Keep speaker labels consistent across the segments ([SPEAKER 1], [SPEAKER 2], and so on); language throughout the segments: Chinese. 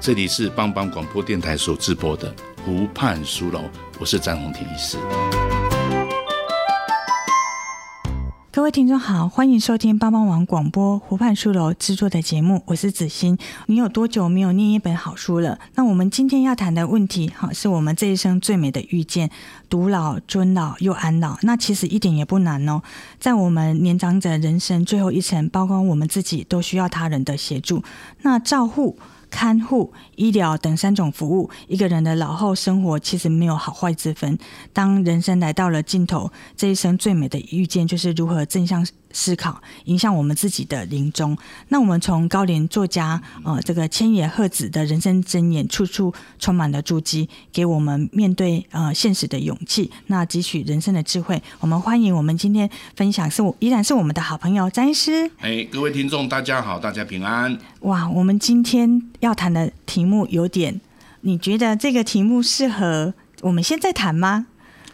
[SPEAKER 1] 这里是帮帮广播电台所直播的《湖畔书楼》，我是张宏庭医师。
[SPEAKER 2] 各位听众好，欢迎收听帮帮网广播湖畔书楼制作的节目，我是子欣。你有多久没有念一本好书了？那我们今天要谈的问题，哈，是我们这一生最美的遇见，独老、尊老又安老。那其实一点也不难哦，在我们年长者人生最后一程，包括我们自己，都需要他人的协助。那照护。看护、医疗等三种服务，一个人的老后生活其实没有好坏之分。当人生来到了尽头，这一生最美的遇见就是如何正向思考，影响我们自己的临终。那我们从高龄作家呃这个千野鹤子的人生箴言，处处充满了筑基，给我们面对呃现实的勇气，那汲取人生的智慧。我们欢迎我们今天分享是我依然是我们的好朋友詹医师。
[SPEAKER 1] 哎，各位听众，大家好，大家平安。
[SPEAKER 2] 哇，我们今天要谈的题目有点，你觉得这个题目适合我们现在谈吗？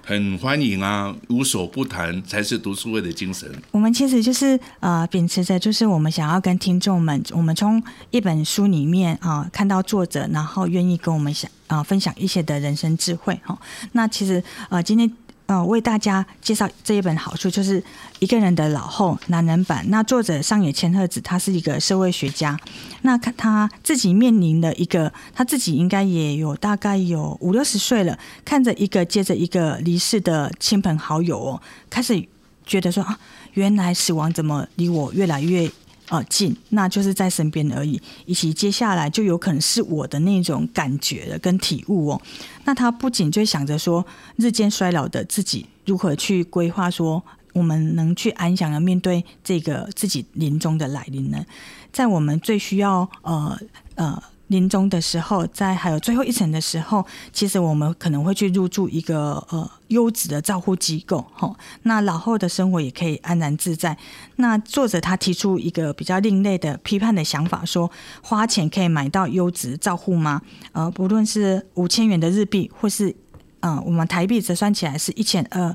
[SPEAKER 1] 很欢迎啊！无所不谈才是读书会的精神。
[SPEAKER 2] 我们其实就是呃，秉持着就是我们想要跟听众们，我们从一本书里面啊、呃看到作者，然后愿意跟我们想啊、呃分享一些的人生智慧哈、哦。那其实呃，今天呃为大家介绍这一本好书，就是《一个人的老后男人版》。那作者上野千鹤子，他是一个社会学家，那看他自己面临的一个，他自己应该也有大概有五六十岁了，看着一个接着一个离世的亲朋好友哦，开始觉得说啊，原来死亡怎么离我越来越呃近，那就是在身边而已，以及接下来就有可能是我的那种感觉了跟体悟哦。那他不仅就想着说，日渐衰老的自己如何去规划说。我们能去安详的面对这个自己临终的来临呢？在我们最需要呃呃临终的时候，在还有最后一层的时候，其实我们可能会去入住一个呃优质的照护机构，吼、那老后的生活也可以安然自在。那作者他提出一个比较另类的批判的想法说，花钱可以买到优质照护吗？呃，不论是五千元的日币，或是呃我们台币折算起来是一千二，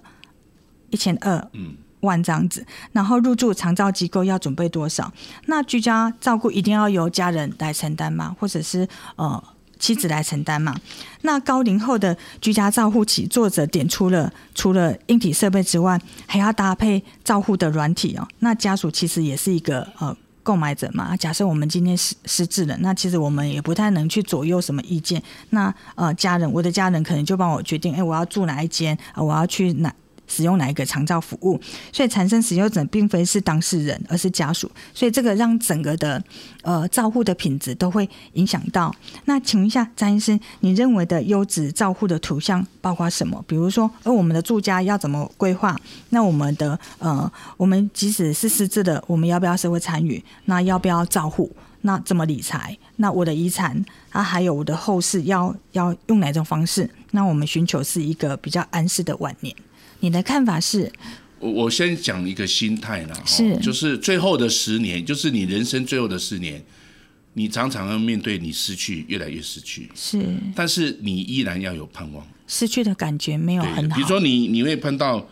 [SPEAKER 2] 一千二，
[SPEAKER 1] 嗯
[SPEAKER 2] 万这样子，然后入住长照机构要准备多少？那居家照顾一定要由家人来承担吗？或者是呃妻子来承担吗？那高龄后的居家照护起，作者点出了除了硬体设备之外，还要搭配照护的软体哦。那家属其实也是一个呃。购买者嘛，假设我们今天失失智了，那其实我们也不太能去左右什么意见。那呃，家人，我的家人可能就帮我决定，哎、我要住哪一间，啊我要去哪使用哪一个长照服务，所以产生使用者并非是当事人，而是家属，所以这个让整个的呃照护的品质都会影响到。那请问一下詹医生，你认为的优质照护的图像包括什么？比如说，而我们的住家要怎么规划？那我们的呃，我们即使是失智的，我们要不要社会参与？那要不要照护？那怎么理财？那我的遗产啊，还有我的后事要要用哪种方式？那我们寻求是一个比较安适的晚年。你的看法是？
[SPEAKER 1] 我我先讲一个心态啦，
[SPEAKER 2] 是
[SPEAKER 1] 哦就是最后的十年，就是你人生最后的十年，你常常要面对你失去，越来越失去，
[SPEAKER 2] 是
[SPEAKER 1] 但是你依然要有盼望。
[SPEAKER 2] 失去的感觉没有
[SPEAKER 1] 对
[SPEAKER 2] 很
[SPEAKER 1] 的，
[SPEAKER 2] 好。
[SPEAKER 1] 比如说你你会碰到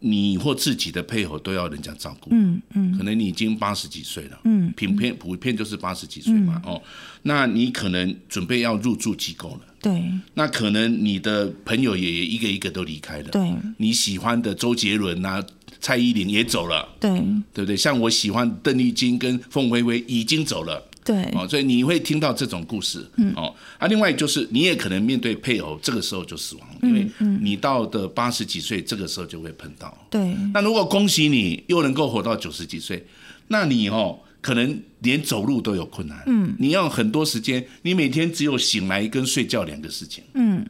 [SPEAKER 1] 你或自己的配偶都要人家照顾，嗯嗯，可能你已经八十几岁了，嗯，普遍普遍就是八十几岁嘛，哦，那你可能准备要入住机构了，
[SPEAKER 2] 对
[SPEAKER 1] 那可能你的朋友也一个一个都离开了，
[SPEAKER 2] 对
[SPEAKER 1] 你喜欢的周杰伦啊、蔡依林也走了，
[SPEAKER 2] 对
[SPEAKER 1] 对不对？像我喜欢邓丽君跟凤飞飞已经走了。
[SPEAKER 2] 对
[SPEAKER 1] 哦，所以你会听到这种故事，哦，啊，另外就是你也可能面对配偶，这个时候就死亡，因为你到的八十几岁，这个时候就会碰到。
[SPEAKER 2] 对
[SPEAKER 1] 那如果恭喜你又能够活到九十几岁，那你哦，可能连走路都有困难，嗯，你要很多时间，你每天只有醒来跟睡觉两个事情，嗯，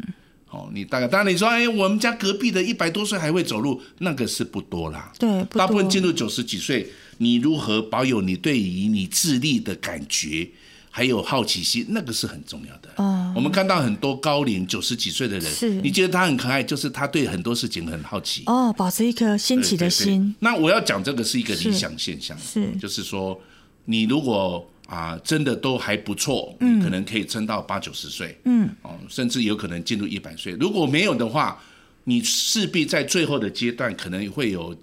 [SPEAKER 1] 哦，你大概当然你说，哎，我们家隔壁的一百多岁还会走路，那个是不多啦，
[SPEAKER 2] 对，不
[SPEAKER 1] 大部分
[SPEAKER 2] 多
[SPEAKER 1] 进入九十几岁，你如何保有你对于你智力的感觉，还有好奇心，那个是很重要的。
[SPEAKER 2] 哦
[SPEAKER 1] 我们看到很多高龄九十几岁的人，
[SPEAKER 2] 是
[SPEAKER 1] 你觉得他很可爱，就是他对很多事情很好奇。
[SPEAKER 2] 哦，保持一颗新奇的心，
[SPEAKER 1] 对对对那我要讲这个是一个理想现象，啊
[SPEAKER 2] 是
[SPEAKER 1] 就是说，你如果啊、真的都还不错，嗯，可能可以撑到八九十岁，嗯，哦，甚至有可能进入一百岁。如果没有的话，你势必在最后的阶段可能会有。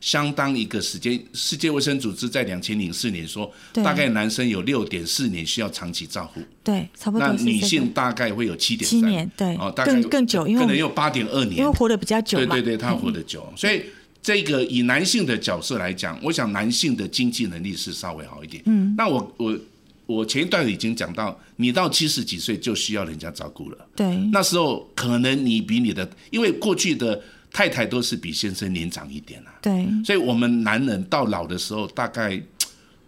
[SPEAKER 1] 相当一个时间，世界卫生组织在两千零四年说，
[SPEAKER 2] 对
[SPEAKER 1] 大概男生有六点四年需要长期照护，
[SPEAKER 2] 对，差不多
[SPEAKER 1] 那
[SPEAKER 2] 是这个
[SPEAKER 1] 女性大概会有七点
[SPEAKER 2] 七年对
[SPEAKER 1] 哦，大概有
[SPEAKER 2] 更更久因为
[SPEAKER 1] 可
[SPEAKER 2] 我们
[SPEAKER 1] 能有八点二年，
[SPEAKER 2] 因为活得比较久嘛，
[SPEAKER 1] 对对对，他活得久，所以这个以男性的角色来讲，我想男性的经济能力是稍微好一点。嗯，那我我我前一段已经讲到，你到七十几岁就需要人家照顾了，
[SPEAKER 2] 对
[SPEAKER 1] 那时候可能你比你的，因为过去的太太都是比先生年长一点啊，
[SPEAKER 2] 对
[SPEAKER 1] 所以我们男人到老的时候，大概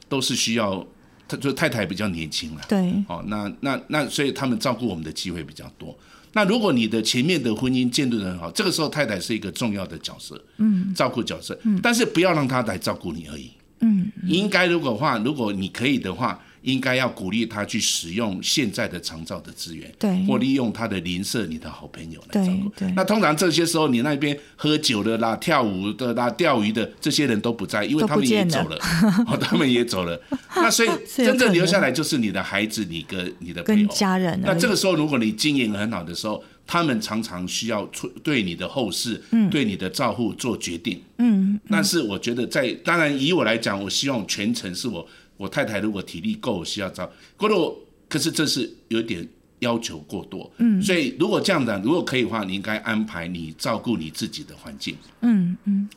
[SPEAKER 1] 都是需要，他就太太比较年轻了。
[SPEAKER 2] 对
[SPEAKER 1] 哦，那那那，所以他们照顾我们的机会比较多。那如果你的前面的婚姻建立的很好，这个时候太太是一个重要的角色，嗯，照顾角色，但是不要让她来照顾你而已，嗯，应该如果话，如果你可以的话，应该要鼓励她去使用现在的长照的资源，
[SPEAKER 2] 对
[SPEAKER 1] 或利用她的邻舍、你的好朋友来照顾
[SPEAKER 2] 对对。
[SPEAKER 1] 那通常这些时候，你那边喝酒的啦、跳舞的啦、钓鱼的这些人都不在，因为
[SPEAKER 2] 都
[SPEAKER 1] 他
[SPEAKER 2] 不
[SPEAKER 1] 们也
[SPEAKER 2] 见
[SPEAKER 1] 走
[SPEAKER 2] 了
[SPEAKER 1] 了， 哦，他们也走 了。那所以
[SPEAKER 2] 是有
[SPEAKER 1] 真正
[SPEAKER 2] 可
[SPEAKER 1] 留
[SPEAKER 2] 能
[SPEAKER 1] 下来。再就是你的孩子、你跟你的
[SPEAKER 2] 跟
[SPEAKER 1] 配偶
[SPEAKER 2] 家人
[SPEAKER 1] 哦
[SPEAKER 2] 而已
[SPEAKER 1] 那这个时候，如果你经营很好的时候，他们常常需要出对你的后事、
[SPEAKER 2] 嗯
[SPEAKER 1] 对你的照护做决定。嗯，但是我觉得在当然以我来讲，我希望全程是我我太太如果体力够，我需要照。可是我可是这是有点。要求过多，嗯，所以如果这样的，如果可以的话，你应该安排你照顾你自己的环境，
[SPEAKER 2] 嗯嗯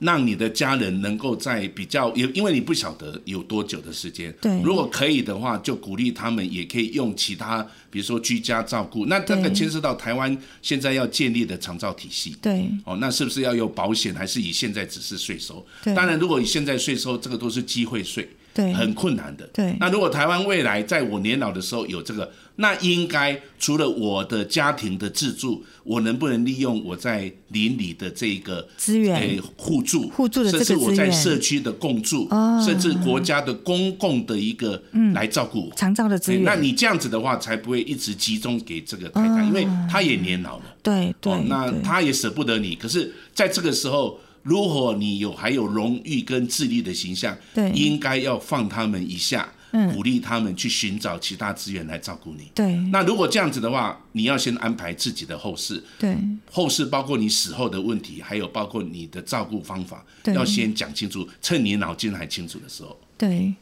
[SPEAKER 1] 让你的家人能够在比较，也因为你不晓得有多久的时间。
[SPEAKER 2] 对
[SPEAKER 1] 如果可以的话，就鼓励他们也可以用其他，比如说居家照顾。那这个
[SPEAKER 2] 对
[SPEAKER 1] 牵涉到台湾现在要建立的长照体系。
[SPEAKER 2] 对
[SPEAKER 1] 哦，那是不是要有保险，还是以现在只是税收？
[SPEAKER 2] 对
[SPEAKER 1] 当然，如果以现在税收，这个都是机会税，
[SPEAKER 2] 对
[SPEAKER 1] 很困难的。
[SPEAKER 2] 对
[SPEAKER 1] 那如果台湾未来在我年老的时候有这个，那应该除了我的家庭的自助，我能不能利用我在邻里的这个
[SPEAKER 2] 资源
[SPEAKER 1] 诶互助、
[SPEAKER 2] 互助的这个
[SPEAKER 1] 甚至我在
[SPEAKER 2] 资源哦
[SPEAKER 1] 社区的共助，甚至国家的公共的一个来照顾我。
[SPEAKER 2] 长照的嗯资
[SPEAKER 1] 诶
[SPEAKER 2] 源，
[SPEAKER 1] 那你这样子的话，才不会一直集中给这个太
[SPEAKER 2] 哦
[SPEAKER 1] 太，因为她也年老了。
[SPEAKER 2] 对对、
[SPEAKER 1] 哦，那
[SPEAKER 2] 对
[SPEAKER 1] 他也舍不得你。可是，在这个时候，如果你有还有荣誉跟智力的形象，
[SPEAKER 2] 对
[SPEAKER 1] 应该要放他们一下，
[SPEAKER 2] 嗯
[SPEAKER 1] 鼓励他们去寻找其他资源来照顾你。
[SPEAKER 2] 对
[SPEAKER 1] 那如果这样子的话，你要先安排自己的后事，
[SPEAKER 2] 对
[SPEAKER 1] 后事包括你死后的问题，还有包括你的照顾方法，
[SPEAKER 2] 对
[SPEAKER 1] 要先讲清楚，趁你脑筋还清楚的时候。
[SPEAKER 2] 对，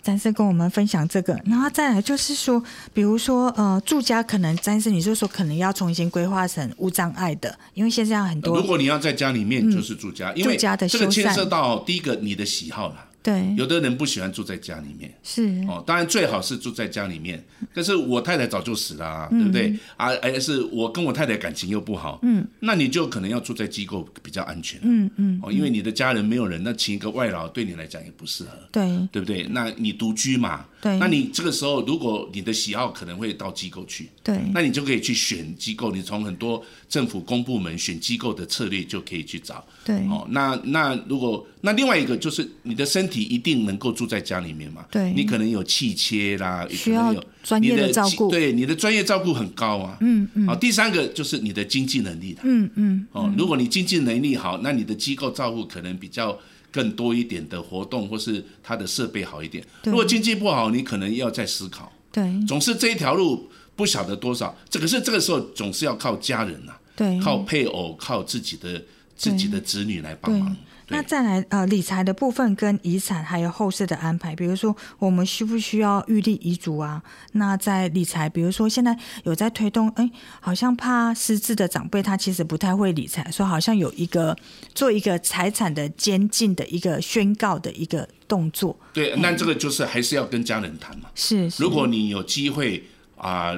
[SPEAKER 2] 詹森跟我们分享这个，然后再来就是说，比如说呃，住家可能詹森你就说可能要重新规划成无障碍的，因为现在很多
[SPEAKER 1] 如果你要在家里面，就是住家，因为
[SPEAKER 2] 嗯住家的
[SPEAKER 1] 这个
[SPEAKER 2] 修缮
[SPEAKER 1] 牵涉到第一个你的喜好啦，
[SPEAKER 2] 对
[SPEAKER 1] 有的人不喜欢住在家里面。
[SPEAKER 2] 是
[SPEAKER 1] 哦，当然最好是住在家里面，可是我太太早就死了、啊，对不对？啊，而是我跟我太太感情又不好，嗯，那你就可能要住在机构比较安全，嗯嗯，哦，因为你的家人没有人，那请一个外劳对你来讲也不适合，
[SPEAKER 2] 对
[SPEAKER 1] 对不对？那你独居嘛，
[SPEAKER 2] 对
[SPEAKER 1] 那你这个时候如果你的喜好可能会到机构去，
[SPEAKER 2] 对
[SPEAKER 1] 那你就可以去选机构，你从很多政府公部门选机构的策略就可以去找，
[SPEAKER 2] 对
[SPEAKER 1] 哦，那那如果那另外一个就是你的身体一定能够住在家里面嘛？
[SPEAKER 2] 对
[SPEAKER 1] 你可能有气切啦，也
[SPEAKER 2] 需
[SPEAKER 1] 可能
[SPEAKER 2] 要
[SPEAKER 1] 有
[SPEAKER 2] 专业
[SPEAKER 1] 你
[SPEAKER 2] 的
[SPEAKER 1] 的
[SPEAKER 2] 照
[SPEAKER 1] 气
[SPEAKER 2] 顾
[SPEAKER 1] 对你的专业照顾很高啊。嗯嗯。好，第三个就是你的经济能力啦。嗯嗯。哦，如果你经济能力好，那你的机构照顾可能比较。更多一点的活动，或是它的设备好一点。
[SPEAKER 2] 对
[SPEAKER 1] 如果经济不好，你可能要再思考。
[SPEAKER 2] 对
[SPEAKER 1] 总是这一条路不晓得多少，这可是这个时候总是要靠家人啊呐、
[SPEAKER 2] 对
[SPEAKER 1] 靠配偶、靠自己的自己的子女来帮
[SPEAKER 2] 嗯对
[SPEAKER 1] 忙。
[SPEAKER 2] 那再来呃，理财的部分跟遗产还有后事的安排，比如说我们需不需要预立遗嘱啊？那在理财，比如说现在有在推动，哎，好像怕失智的长辈他其实不太会理财，说好像有一个做一个财产的监禁的一个宣告的一个动作，
[SPEAKER 1] 对，那这个就是还是要跟家人谈嘛。
[SPEAKER 2] 是嗯是
[SPEAKER 1] 如果你有机会啊、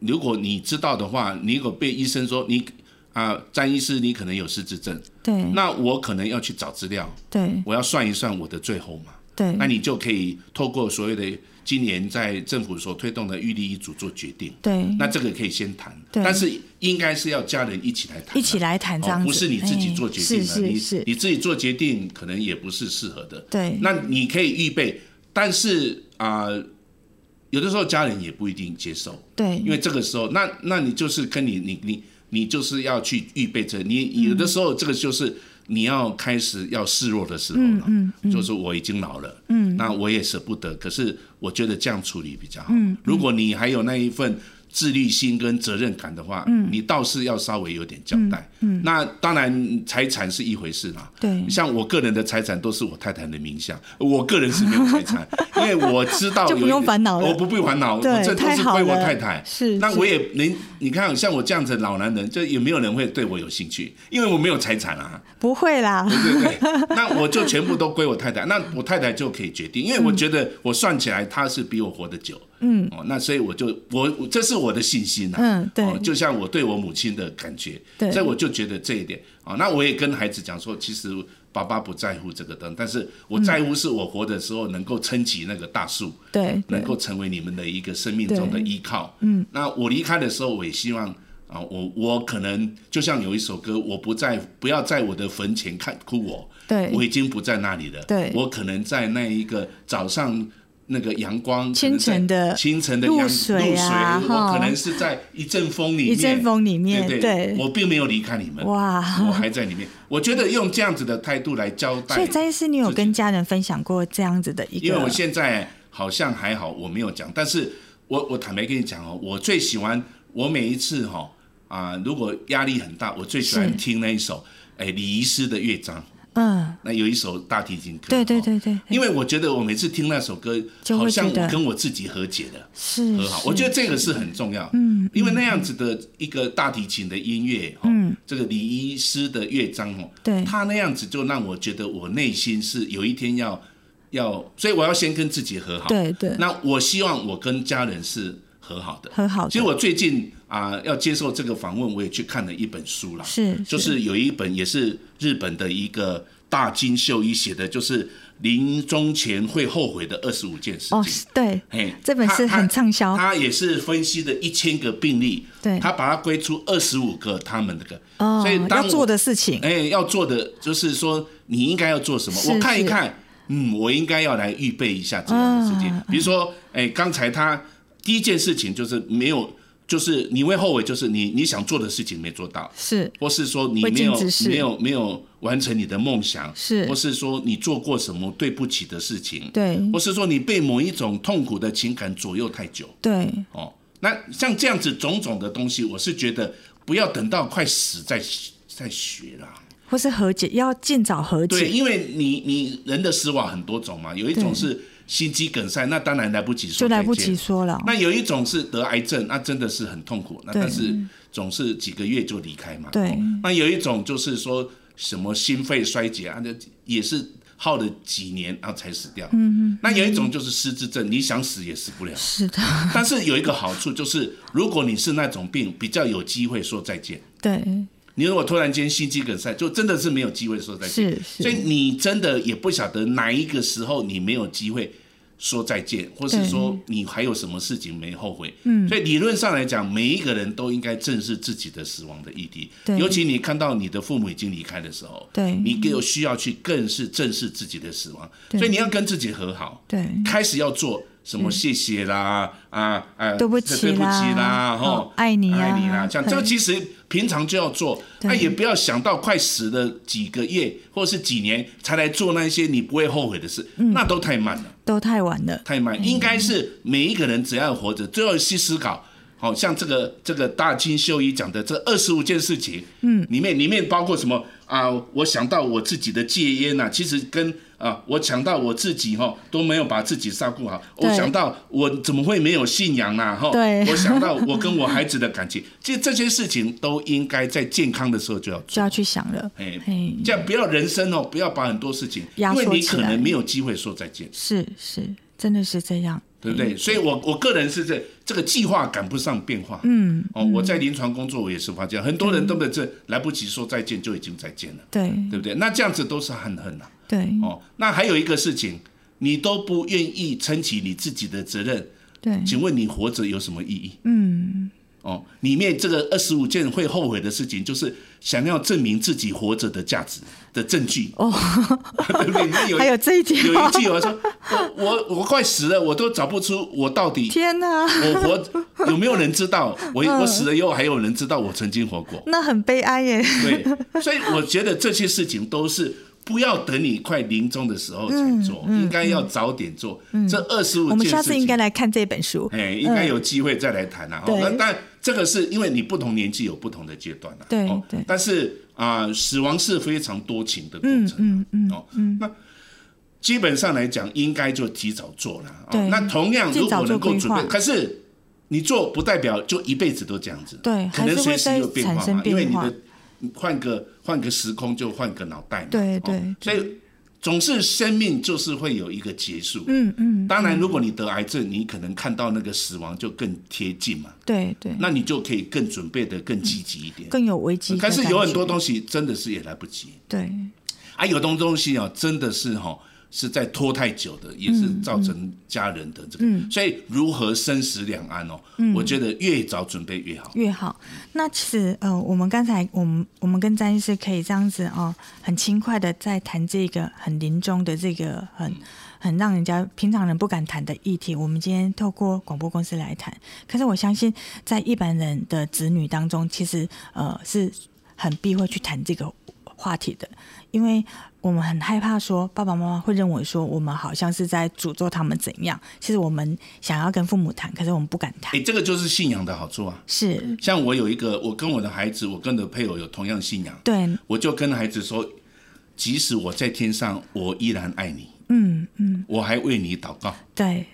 [SPEAKER 1] 如果你知道的话，你如果被医生说你啊、张医师你可能有失智症，
[SPEAKER 2] 对
[SPEAKER 1] 那我可能要去找资料，
[SPEAKER 2] 对
[SPEAKER 1] 我要算一算我的最后嘛。
[SPEAKER 2] 对
[SPEAKER 1] 那你就可以透过所谓的今年在政府所推动的预立一组做决定。
[SPEAKER 2] 对，
[SPEAKER 1] 那这个可以先谈，
[SPEAKER 2] 嗯对
[SPEAKER 1] 但是应该是要家人一起来谈啊，
[SPEAKER 2] 一起来谈这样
[SPEAKER 1] 哦
[SPEAKER 2] 子，
[SPEAKER 1] 不是你自己做决定
[SPEAKER 2] 哎
[SPEAKER 1] 的，
[SPEAKER 2] 是是是，
[SPEAKER 1] 你你自己做决定可能也不是适合的。
[SPEAKER 2] 对
[SPEAKER 1] 那你可以预备，但是啊、有的时候家人也不一定接受，
[SPEAKER 2] 对，
[SPEAKER 1] 因为这个时候，那那你就是跟你你你你就是要去预备这，你有的时候这个就是你要开始要示弱的时候了，嗯就是我已经老了，嗯，那我也舍不得，可是我觉得这样处理比较好。嗯，如果你还有那一份。自律心跟责任感的话，嗯，你倒是要稍微有点交代。嗯，那当然财产是一回事啦。
[SPEAKER 2] 对
[SPEAKER 1] 像我个人的财产都是我太太的名下，我个人是没有财 产，因为我知道
[SPEAKER 2] 就
[SPEAKER 1] 有
[SPEAKER 2] 不
[SPEAKER 1] 一
[SPEAKER 2] 用
[SPEAKER 1] 个
[SPEAKER 2] 烦恼了
[SPEAKER 1] 我不必烦恼，我
[SPEAKER 2] 对
[SPEAKER 1] 这都
[SPEAKER 2] 太
[SPEAKER 1] 是
[SPEAKER 2] 好
[SPEAKER 1] 归我
[SPEAKER 2] 了
[SPEAKER 1] 太太。
[SPEAKER 2] 是
[SPEAKER 1] 那
[SPEAKER 2] 是
[SPEAKER 1] 我也能，你看像我这样子老男人，就也没有人会对我有兴趣，因为我没有财产啊，
[SPEAKER 2] 不会啦，
[SPEAKER 1] 对不对？ 那我就全部都归我太太，那我太太就可以决定，因为我
[SPEAKER 2] 嗯
[SPEAKER 1] 觉得我算起来她是比我活得久，嗯，哦，那所以我就我我这是我的信心啊，
[SPEAKER 2] 嗯对
[SPEAKER 1] 哦就像我对我母亲的感觉，
[SPEAKER 2] 对
[SPEAKER 1] 所以我就觉得这一点啊、哦那我也跟孩子讲说，其实爸爸不在乎这个灯，但是我在
[SPEAKER 2] 嗯
[SPEAKER 1] 乎是我活的时候能够撑起那个大树，
[SPEAKER 2] 对
[SPEAKER 1] 能
[SPEAKER 2] 对
[SPEAKER 1] 够成为你们的一个生命中的
[SPEAKER 2] 对
[SPEAKER 1] 依靠。嗯，那我离开的时候，我也希望啊，我我可能就像有一首歌，我不在，不要在我的坟前看哭我，
[SPEAKER 2] 对
[SPEAKER 1] 我已经不在那里了。
[SPEAKER 2] 对
[SPEAKER 1] 我可能在那一个早上。那个阳光
[SPEAKER 2] 清晨的
[SPEAKER 1] 可能在清晨的阳
[SPEAKER 2] 露水啊
[SPEAKER 1] 露水
[SPEAKER 2] 哈
[SPEAKER 1] 我可能是在一阵风里面，
[SPEAKER 2] 一阵风里面
[SPEAKER 1] 对
[SPEAKER 2] 对
[SPEAKER 1] 我并没有离开你们，
[SPEAKER 2] 哇
[SPEAKER 1] 我还在里面。我觉得用这样子的态度来交代，
[SPEAKER 2] 所以詹医师，你有
[SPEAKER 1] 自己
[SPEAKER 2] 跟家人分享过这样子的一 个？
[SPEAKER 1] 因为我现在好像还好，我没有讲，但是我我坦白跟你讲哦，我最喜欢我每一次哈、啊、如果压力很大，我最喜
[SPEAKER 2] 是
[SPEAKER 1] 欢听那一首哎李医师的乐章，
[SPEAKER 2] 嗯，
[SPEAKER 1] 那有一首大提琴歌，
[SPEAKER 2] 对对
[SPEAKER 1] 哦
[SPEAKER 2] 对对对
[SPEAKER 1] 因为我觉得我每次听那首歌，
[SPEAKER 2] 就
[SPEAKER 1] 好
[SPEAKER 2] 会
[SPEAKER 1] 像
[SPEAKER 2] 觉得
[SPEAKER 1] 我跟我自己和解了。
[SPEAKER 2] 是
[SPEAKER 1] 和好，我觉得这个是很重要，嗯，因为那样子的一个大提琴的音乐，嗯，这个李医师的乐章哦，
[SPEAKER 2] 对
[SPEAKER 1] 他那样子就让我觉得我内心是有一天要要，所以我要先跟自己和好，
[SPEAKER 2] 对对
[SPEAKER 1] 那我希望我跟家人是和好的，
[SPEAKER 2] 和好的
[SPEAKER 1] 其实我最近啊、要接受这个访问，我也去看了一本书啦，
[SPEAKER 2] 是
[SPEAKER 1] 就是有一本也是日本的一个大金秀一写的，就是临终前会后悔的二十五件事情。
[SPEAKER 2] 哦，是对，
[SPEAKER 1] 嘿，
[SPEAKER 2] 这本是很畅销
[SPEAKER 1] 他他也是分析的一千个病例，
[SPEAKER 2] 对
[SPEAKER 1] 他把它归出二十五个他们那个，
[SPEAKER 2] 哦
[SPEAKER 1] 所以，当
[SPEAKER 2] 要
[SPEAKER 1] 我
[SPEAKER 2] 做的事情，
[SPEAKER 1] 哎、要做的就是说你应该要做什么，
[SPEAKER 2] 是
[SPEAKER 1] 我看一
[SPEAKER 2] 是
[SPEAKER 1] 看，嗯，我应该要来预备一下这样的事情。
[SPEAKER 2] 啊
[SPEAKER 1] 比如说，哎、刚才他第一件事情就是没有，就是你会后悔，就是你你想做的事情没做到，
[SPEAKER 2] 是
[SPEAKER 1] 或是说你
[SPEAKER 2] 未
[SPEAKER 1] 没
[SPEAKER 2] 尽
[SPEAKER 1] 有
[SPEAKER 2] 之事
[SPEAKER 1] 没有没有完成你的梦想，
[SPEAKER 2] 是
[SPEAKER 1] 或是说你做过什么对不起的事情，
[SPEAKER 2] 对
[SPEAKER 1] 或是说你被某一种痛苦的情感左右太久，
[SPEAKER 2] 对
[SPEAKER 1] 哦，那像这样子种种的东西，我是觉得不要等到快死再再学啦。
[SPEAKER 2] 或是和解，要尽早和
[SPEAKER 1] 对，
[SPEAKER 2] 解，
[SPEAKER 1] 因为你你人的死法很多种嘛，有一种
[SPEAKER 2] 对
[SPEAKER 1] 是心肌梗塞，那当然来不及说，
[SPEAKER 2] 就来不及。说了。
[SPEAKER 1] 那有一种是得癌症，那真的是很痛苦，那
[SPEAKER 2] 对
[SPEAKER 1] 但是总是几个月就离开嘛。
[SPEAKER 2] 对
[SPEAKER 1] 哦那有一种就是说什么心肺衰竭啊，那也是耗了几年啊才死掉。嗯嗯。那有一种就是失智症，你想死也死 不了。
[SPEAKER 2] 是的，
[SPEAKER 1] 但是有一个好处就是，如果你是那种病，比较有机会说再见。
[SPEAKER 2] 对
[SPEAKER 1] 你如果突然间心肌梗塞，就真的是没有机会说再见。
[SPEAKER 2] 是是
[SPEAKER 1] 所以你真的也不晓得哪一个时候你没有机会说再见，或是
[SPEAKER 2] 对
[SPEAKER 1] 说你还有什么事情没后悔。嗯，所以理论上来讲，每一个人都应该正视自己的死亡的议题。
[SPEAKER 2] 对
[SPEAKER 1] 尤其你看到你的父母已经离开的时候，
[SPEAKER 2] 对
[SPEAKER 1] 你更有需要去更是正视自己的死亡。
[SPEAKER 2] 对
[SPEAKER 1] 所以你要跟自己和好。
[SPEAKER 2] 对，
[SPEAKER 1] 开始要做什么？谢谢啦，啊啊，
[SPEAKER 2] 嗯对不
[SPEAKER 1] 对
[SPEAKER 2] 起
[SPEAKER 1] 不起
[SPEAKER 2] 啦
[SPEAKER 1] 啦，吼
[SPEAKER 2] 哦，爱你啊
[SPEAKER 1] 爱你啦，这样
[SPEAKER 2] 对
[SPEAKER 1] 这个其实平常就要做，
[SPEAKER 2] 对
[SPEAKER 1] 那也不要想到快死的几个月或是几年才来做那些你不会后悔的事，
[SPEAKER 2] 嗯
[SPEAKER 1] 那都太慢了，
[SPEAKER 2] 都太晚了。
[SPEAKER 1] 太慢。应该是每一个人只要活着，最后去思考。好像这个这个大清秀一讲的这二十五件事情，嗯，里面里面包括什么啊、我想到我自己的戒烟呐、其实跟啊、我想到我自己哈都没有把自己照顾好，我
[SPEAKER 2] 对
[SPEAKER 1] 想到我怎么会没有信仰啊？哈，
[SPEAKER 2] 对
[SPEAKER 1] 我想到我跟我孩子的感情，其实这些事情都应该在健康的时候就要
[SPEAKER 2] 就
[SPEAKER 1] 做。
[SPEAKER 2] 要去想了，
[SPEAKER 1] 哎
[SPEAKER 2] 嘿，
[SPEAKER 1] 这样不要人生哦，不要把很多事情，因
[SPEAKER 2] 压缩
[SPEAKER 1] 为你
[SPEAKER 2] 起
[SPEAKER 1] 可
[SPEAKER 2] 来
[SPEAKER 1] 能没有机会说再见。
[SPEAKER 2] 是是，真的是这样，
[SPEAKER 1] 对不对？所以我我个人是这这个计划赶不上变化。嗯，哦，我在临床工作，我也是发现很多人根本这来不及说再见就已经再见了，
[SPEAKER 2] 对
[SPEAKER 1] 对不对？那这样子都是很恨呐、
[SPEAKER 2] 对
[SPEAKER 1] 哦，那还有一个事情，你都不愿意撑起你自己的责任，
[SPEAKER 2] 对，
[SPEAKER 1] 请问你活着有什么意义？
[SPEAKER 2] 嗯，
[SPEAKER 1] 哦，里面这个二十五件会后悔的事情，就是想要证明自己活着的价值的证据。
[SPEAKER 2] 哦，
[SPEAKER 1] 对不对？里面有
[SPEAKER 2] 还有这一哦条，
[SPEAKER 1] 有一句我说， 我我快死了，我都找不出我到底
[SPEAKER 2] 天嗯哪，
[SPEAKER 1] 我活有没有人知 道？我我死了以后还有人知道我曾经活过？
[SPEAKER 2] 那很悲哀耶。
[SPEAKER 1] 对，所以我觉得这些事情都是不要等你快临终的时候才做，
[SPEAKER 2] 嗯
[SPEAKER 1] 应该要早点做。这二十五
[SPEAKER 2] 我们
[SPEAKER 1] 件
[SPEAKER 2] 下
[SPEAKER 1] 事
[SPEAKER 2] 次应该
[SPEAKER 1] 情，
[SPEAKER 2] 来看这本书。
[SPEAKER 1] 哎，应该有机会再来谈啦。哦
[SPEAKER 2] 嗯对
[SPEAKER 1] 那但这个是因为你不同年纪有不同的阶段啦。
[SPEAKER 2] 对
[SPEAKER 1] 哦
[SPEAKER 2] 对
[SPEAKER 1] 但是啊，死亡是非常多情的过程啊。嗯嗯哦，那。基本上来讲，应该就提早做了。哦
[SPEAKER 2] 对
[SPEAKER 1] 那同样，如
[SPEAKER 2] 尽早
[SPEAKER 1] 果
[SPEAKER 2] 做
[SPEAKER 1] 能够
[SPEAKER 2] 规
[SPEAKER 1] 准备
[SPEAKER 2] 划，
[SPEAKER 1] 可是你做不代表就一辈子都这样子，
[SPEAKER 2] 对
[SPEAKER 1] 可能
[SPEAKER 2] 还是
[SPEAKER 1] 随
[SPEAKER 2] 会
[SPEAKER 1] 时有变
[SPEAKER 2] 再产
[SPEAKER 1] 化
[SPEAKER 2] 生
[SPEAKER 1] 嘛，因为
[SPEAKER 2] 变
[SPEAKER 1] 你
[SPEAKER 2] 化
[SPEAKER 1] 的换个换个时空就换个脑袋嘛，
[SPEAKER 2] 对
[SPEAKER 1] 哦
[SPEAKER 2] 对
[SPEAKER 1] 所以总是生命就是会有一个结束，嗯嗯。当然，如果你得癌症，你可能看到那个死亡就更贴近嘛，
[SPEAKER 2] 对对，
[SPEAKER 1] 那你就可以更准备的更积极一点。
[SPEAKER 2] 嗯更有危机。
[SPEAKER 1] 但是有很多东西真的是也来不及
[SPEAKER 2] 对
[SPEAKER 1] 啊，有东东西啊，真的是哈、是在拖太久的，也是造成家人的这个，所以如何生死两安哦，我觉得越早准备越好。
[SPEAKER 2] 越好。那其实呃，我们刚才我们我们跟詹医师可以这样子哦，很轻快的在谈这个很临终的这个很。很让人家平常人不敢谈的议题，我们今天透过广播公司来谈。可是我相信，在一般人的子女当中，其实呃是很避讳去谈这个话题的，因为我们很害怕说爸爸妈妈会认为说我们好像是在诅咒他们怎样。其实我们想要跟父母谈，可是我们不敢谈
[SPEAKER 1] 哎、。这个就是信仰的好处啊。
[SPEAKER 2] 是，
[SPEAKER 1] 像我有一个，我跟我的孩子，我跟我的配偶有同样信仰，
[SPEAKER 2] 对，
[SPEAKER 1] 我就跟孩子说，即使我在天上，我依然爱你，
[SPEAKER 2] 嗯嗯，
[SPEAKER 1] 我还为你祷告，
[SPEAKER 2] 对。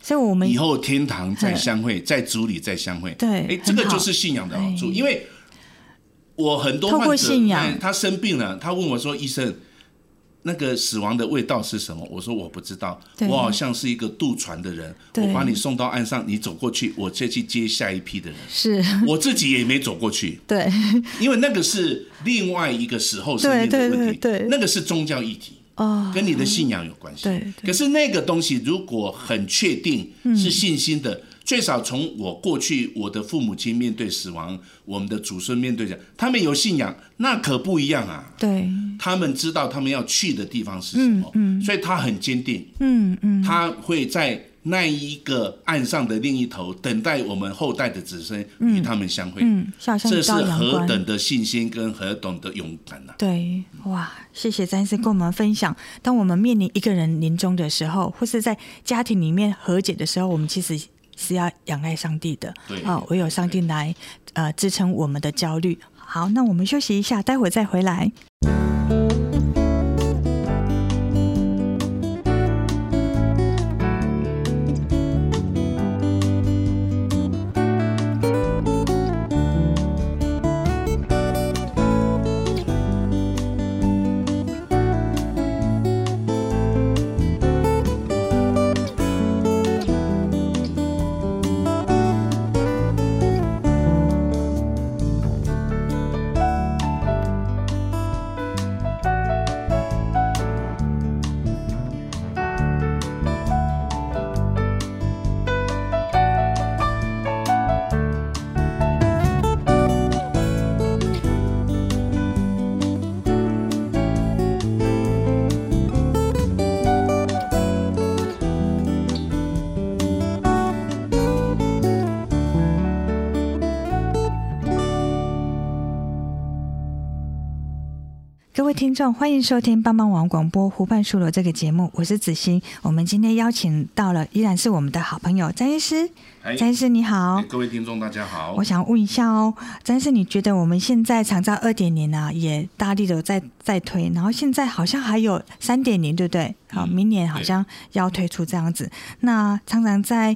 [SPEAKER 2] 所以我们
[SPEAKER 1] 以后天堂再相会，在主里再相会。
[SPEAKER 2] 对
[SPEAKER 1] 哎，这
[SPEAKER 2] 很
[SPEAKER 1] 个
[SPEAKER 2] 好
[SPEAKER 1] 就是信仰的好处，
[SPEAKER 2] 哎
[SPEAKER 1] 因为我很多
[SPEAKER 2] 透过
[SPEAKER 1] 患者
[SPEAKER 2] 信仰
[SPEAKER 1] 哎他生病了，他问我说：“医生，那个死亡的味道是什么？”我说：“我不知道，
[SPEAKER 2] 对
[SPEAKER 1] 我好像是一个渡船的人，
[SPEAKER 2] 对
[SPEAKER 1] 我把你送到岸上，你走过去，我再去接下一批的 人。”
[SPEAKER 2] 是
[SPEAKER 1] 我自己也没走过去，
[SPEAKER 2] 对
[SPEAKER 1] 因为那个是另外一个时候生命的
[SPEAKER 2] 对对
[SPEAKER 1] 问题，
[SPEAKER 2] 对对
[SPEAKER 1] 那个是宗教议题。
[SPEAKER 2] 哦，
[SPEAKER 1] 跟你的信仰有关系。
[SPEAKER 2] 对对
[SPEAKER 1] 可是那个东西如果很确定是信心
[SPEAKER 2] 嗯
[SPEAKER 1] 的，最少从我过去我的父母亲面对死亡，我们的祖孙面对着，他们有信仰，那可不一样啊。
[SPEAKER 2] 对，
[SPEAKER 1] 他们知道他们要去的地方是什么，所以他很坚定，
[SPEAKER 2] 嗯嗯，
[SPEAKER 1] 他会在那一个岸上的另一头等待我们后代的子孙与他们相会。
[SPEAKER 2] 嗯，下山
[SPEAKER 1] 这
[SPEAKER 2] 遇
[SPEAKER 1] 是
[SPEAKER 2] 到阳
[SPEAKER 1] 何
[SPEAKER 2] 关。
[SPEAKER 1] 等的信心跟何等的勇敢啊呐、
[SPEAKER 2] 对，哇，谢谢詹医师跟我们分享，当我们面临一个人临终的时候，或是在家庭里面和解的时候，我们其实是要仰赖上帝的。
[SPEAKER 1] 对
[SPEAKER 2] 啊、唯有上帝来呃支撑我们的焦虑。好，那我们休息一下，待会儿再回来。各位听众，欢迎收听帮帮网广播湖畔书楼这个节目，我是子欣。我们今天邀请到了，依然是我们的好朋友詹医师。
[SPEAKER 1] 哎
[SPEAKER 2] 詹医师你好，
[SPEAKER 1] 各位听众，大家好
[SPEAKER 2] 哦我。想问一下哦，詹医师，你觉得我们现在长照二点零啊，也大力的在在推，然后现在好像还有三点零，对
[SPEAKER 1] 嗯
[SPEAKER 2] 不对？好，明年好像要推出这样子。那常常在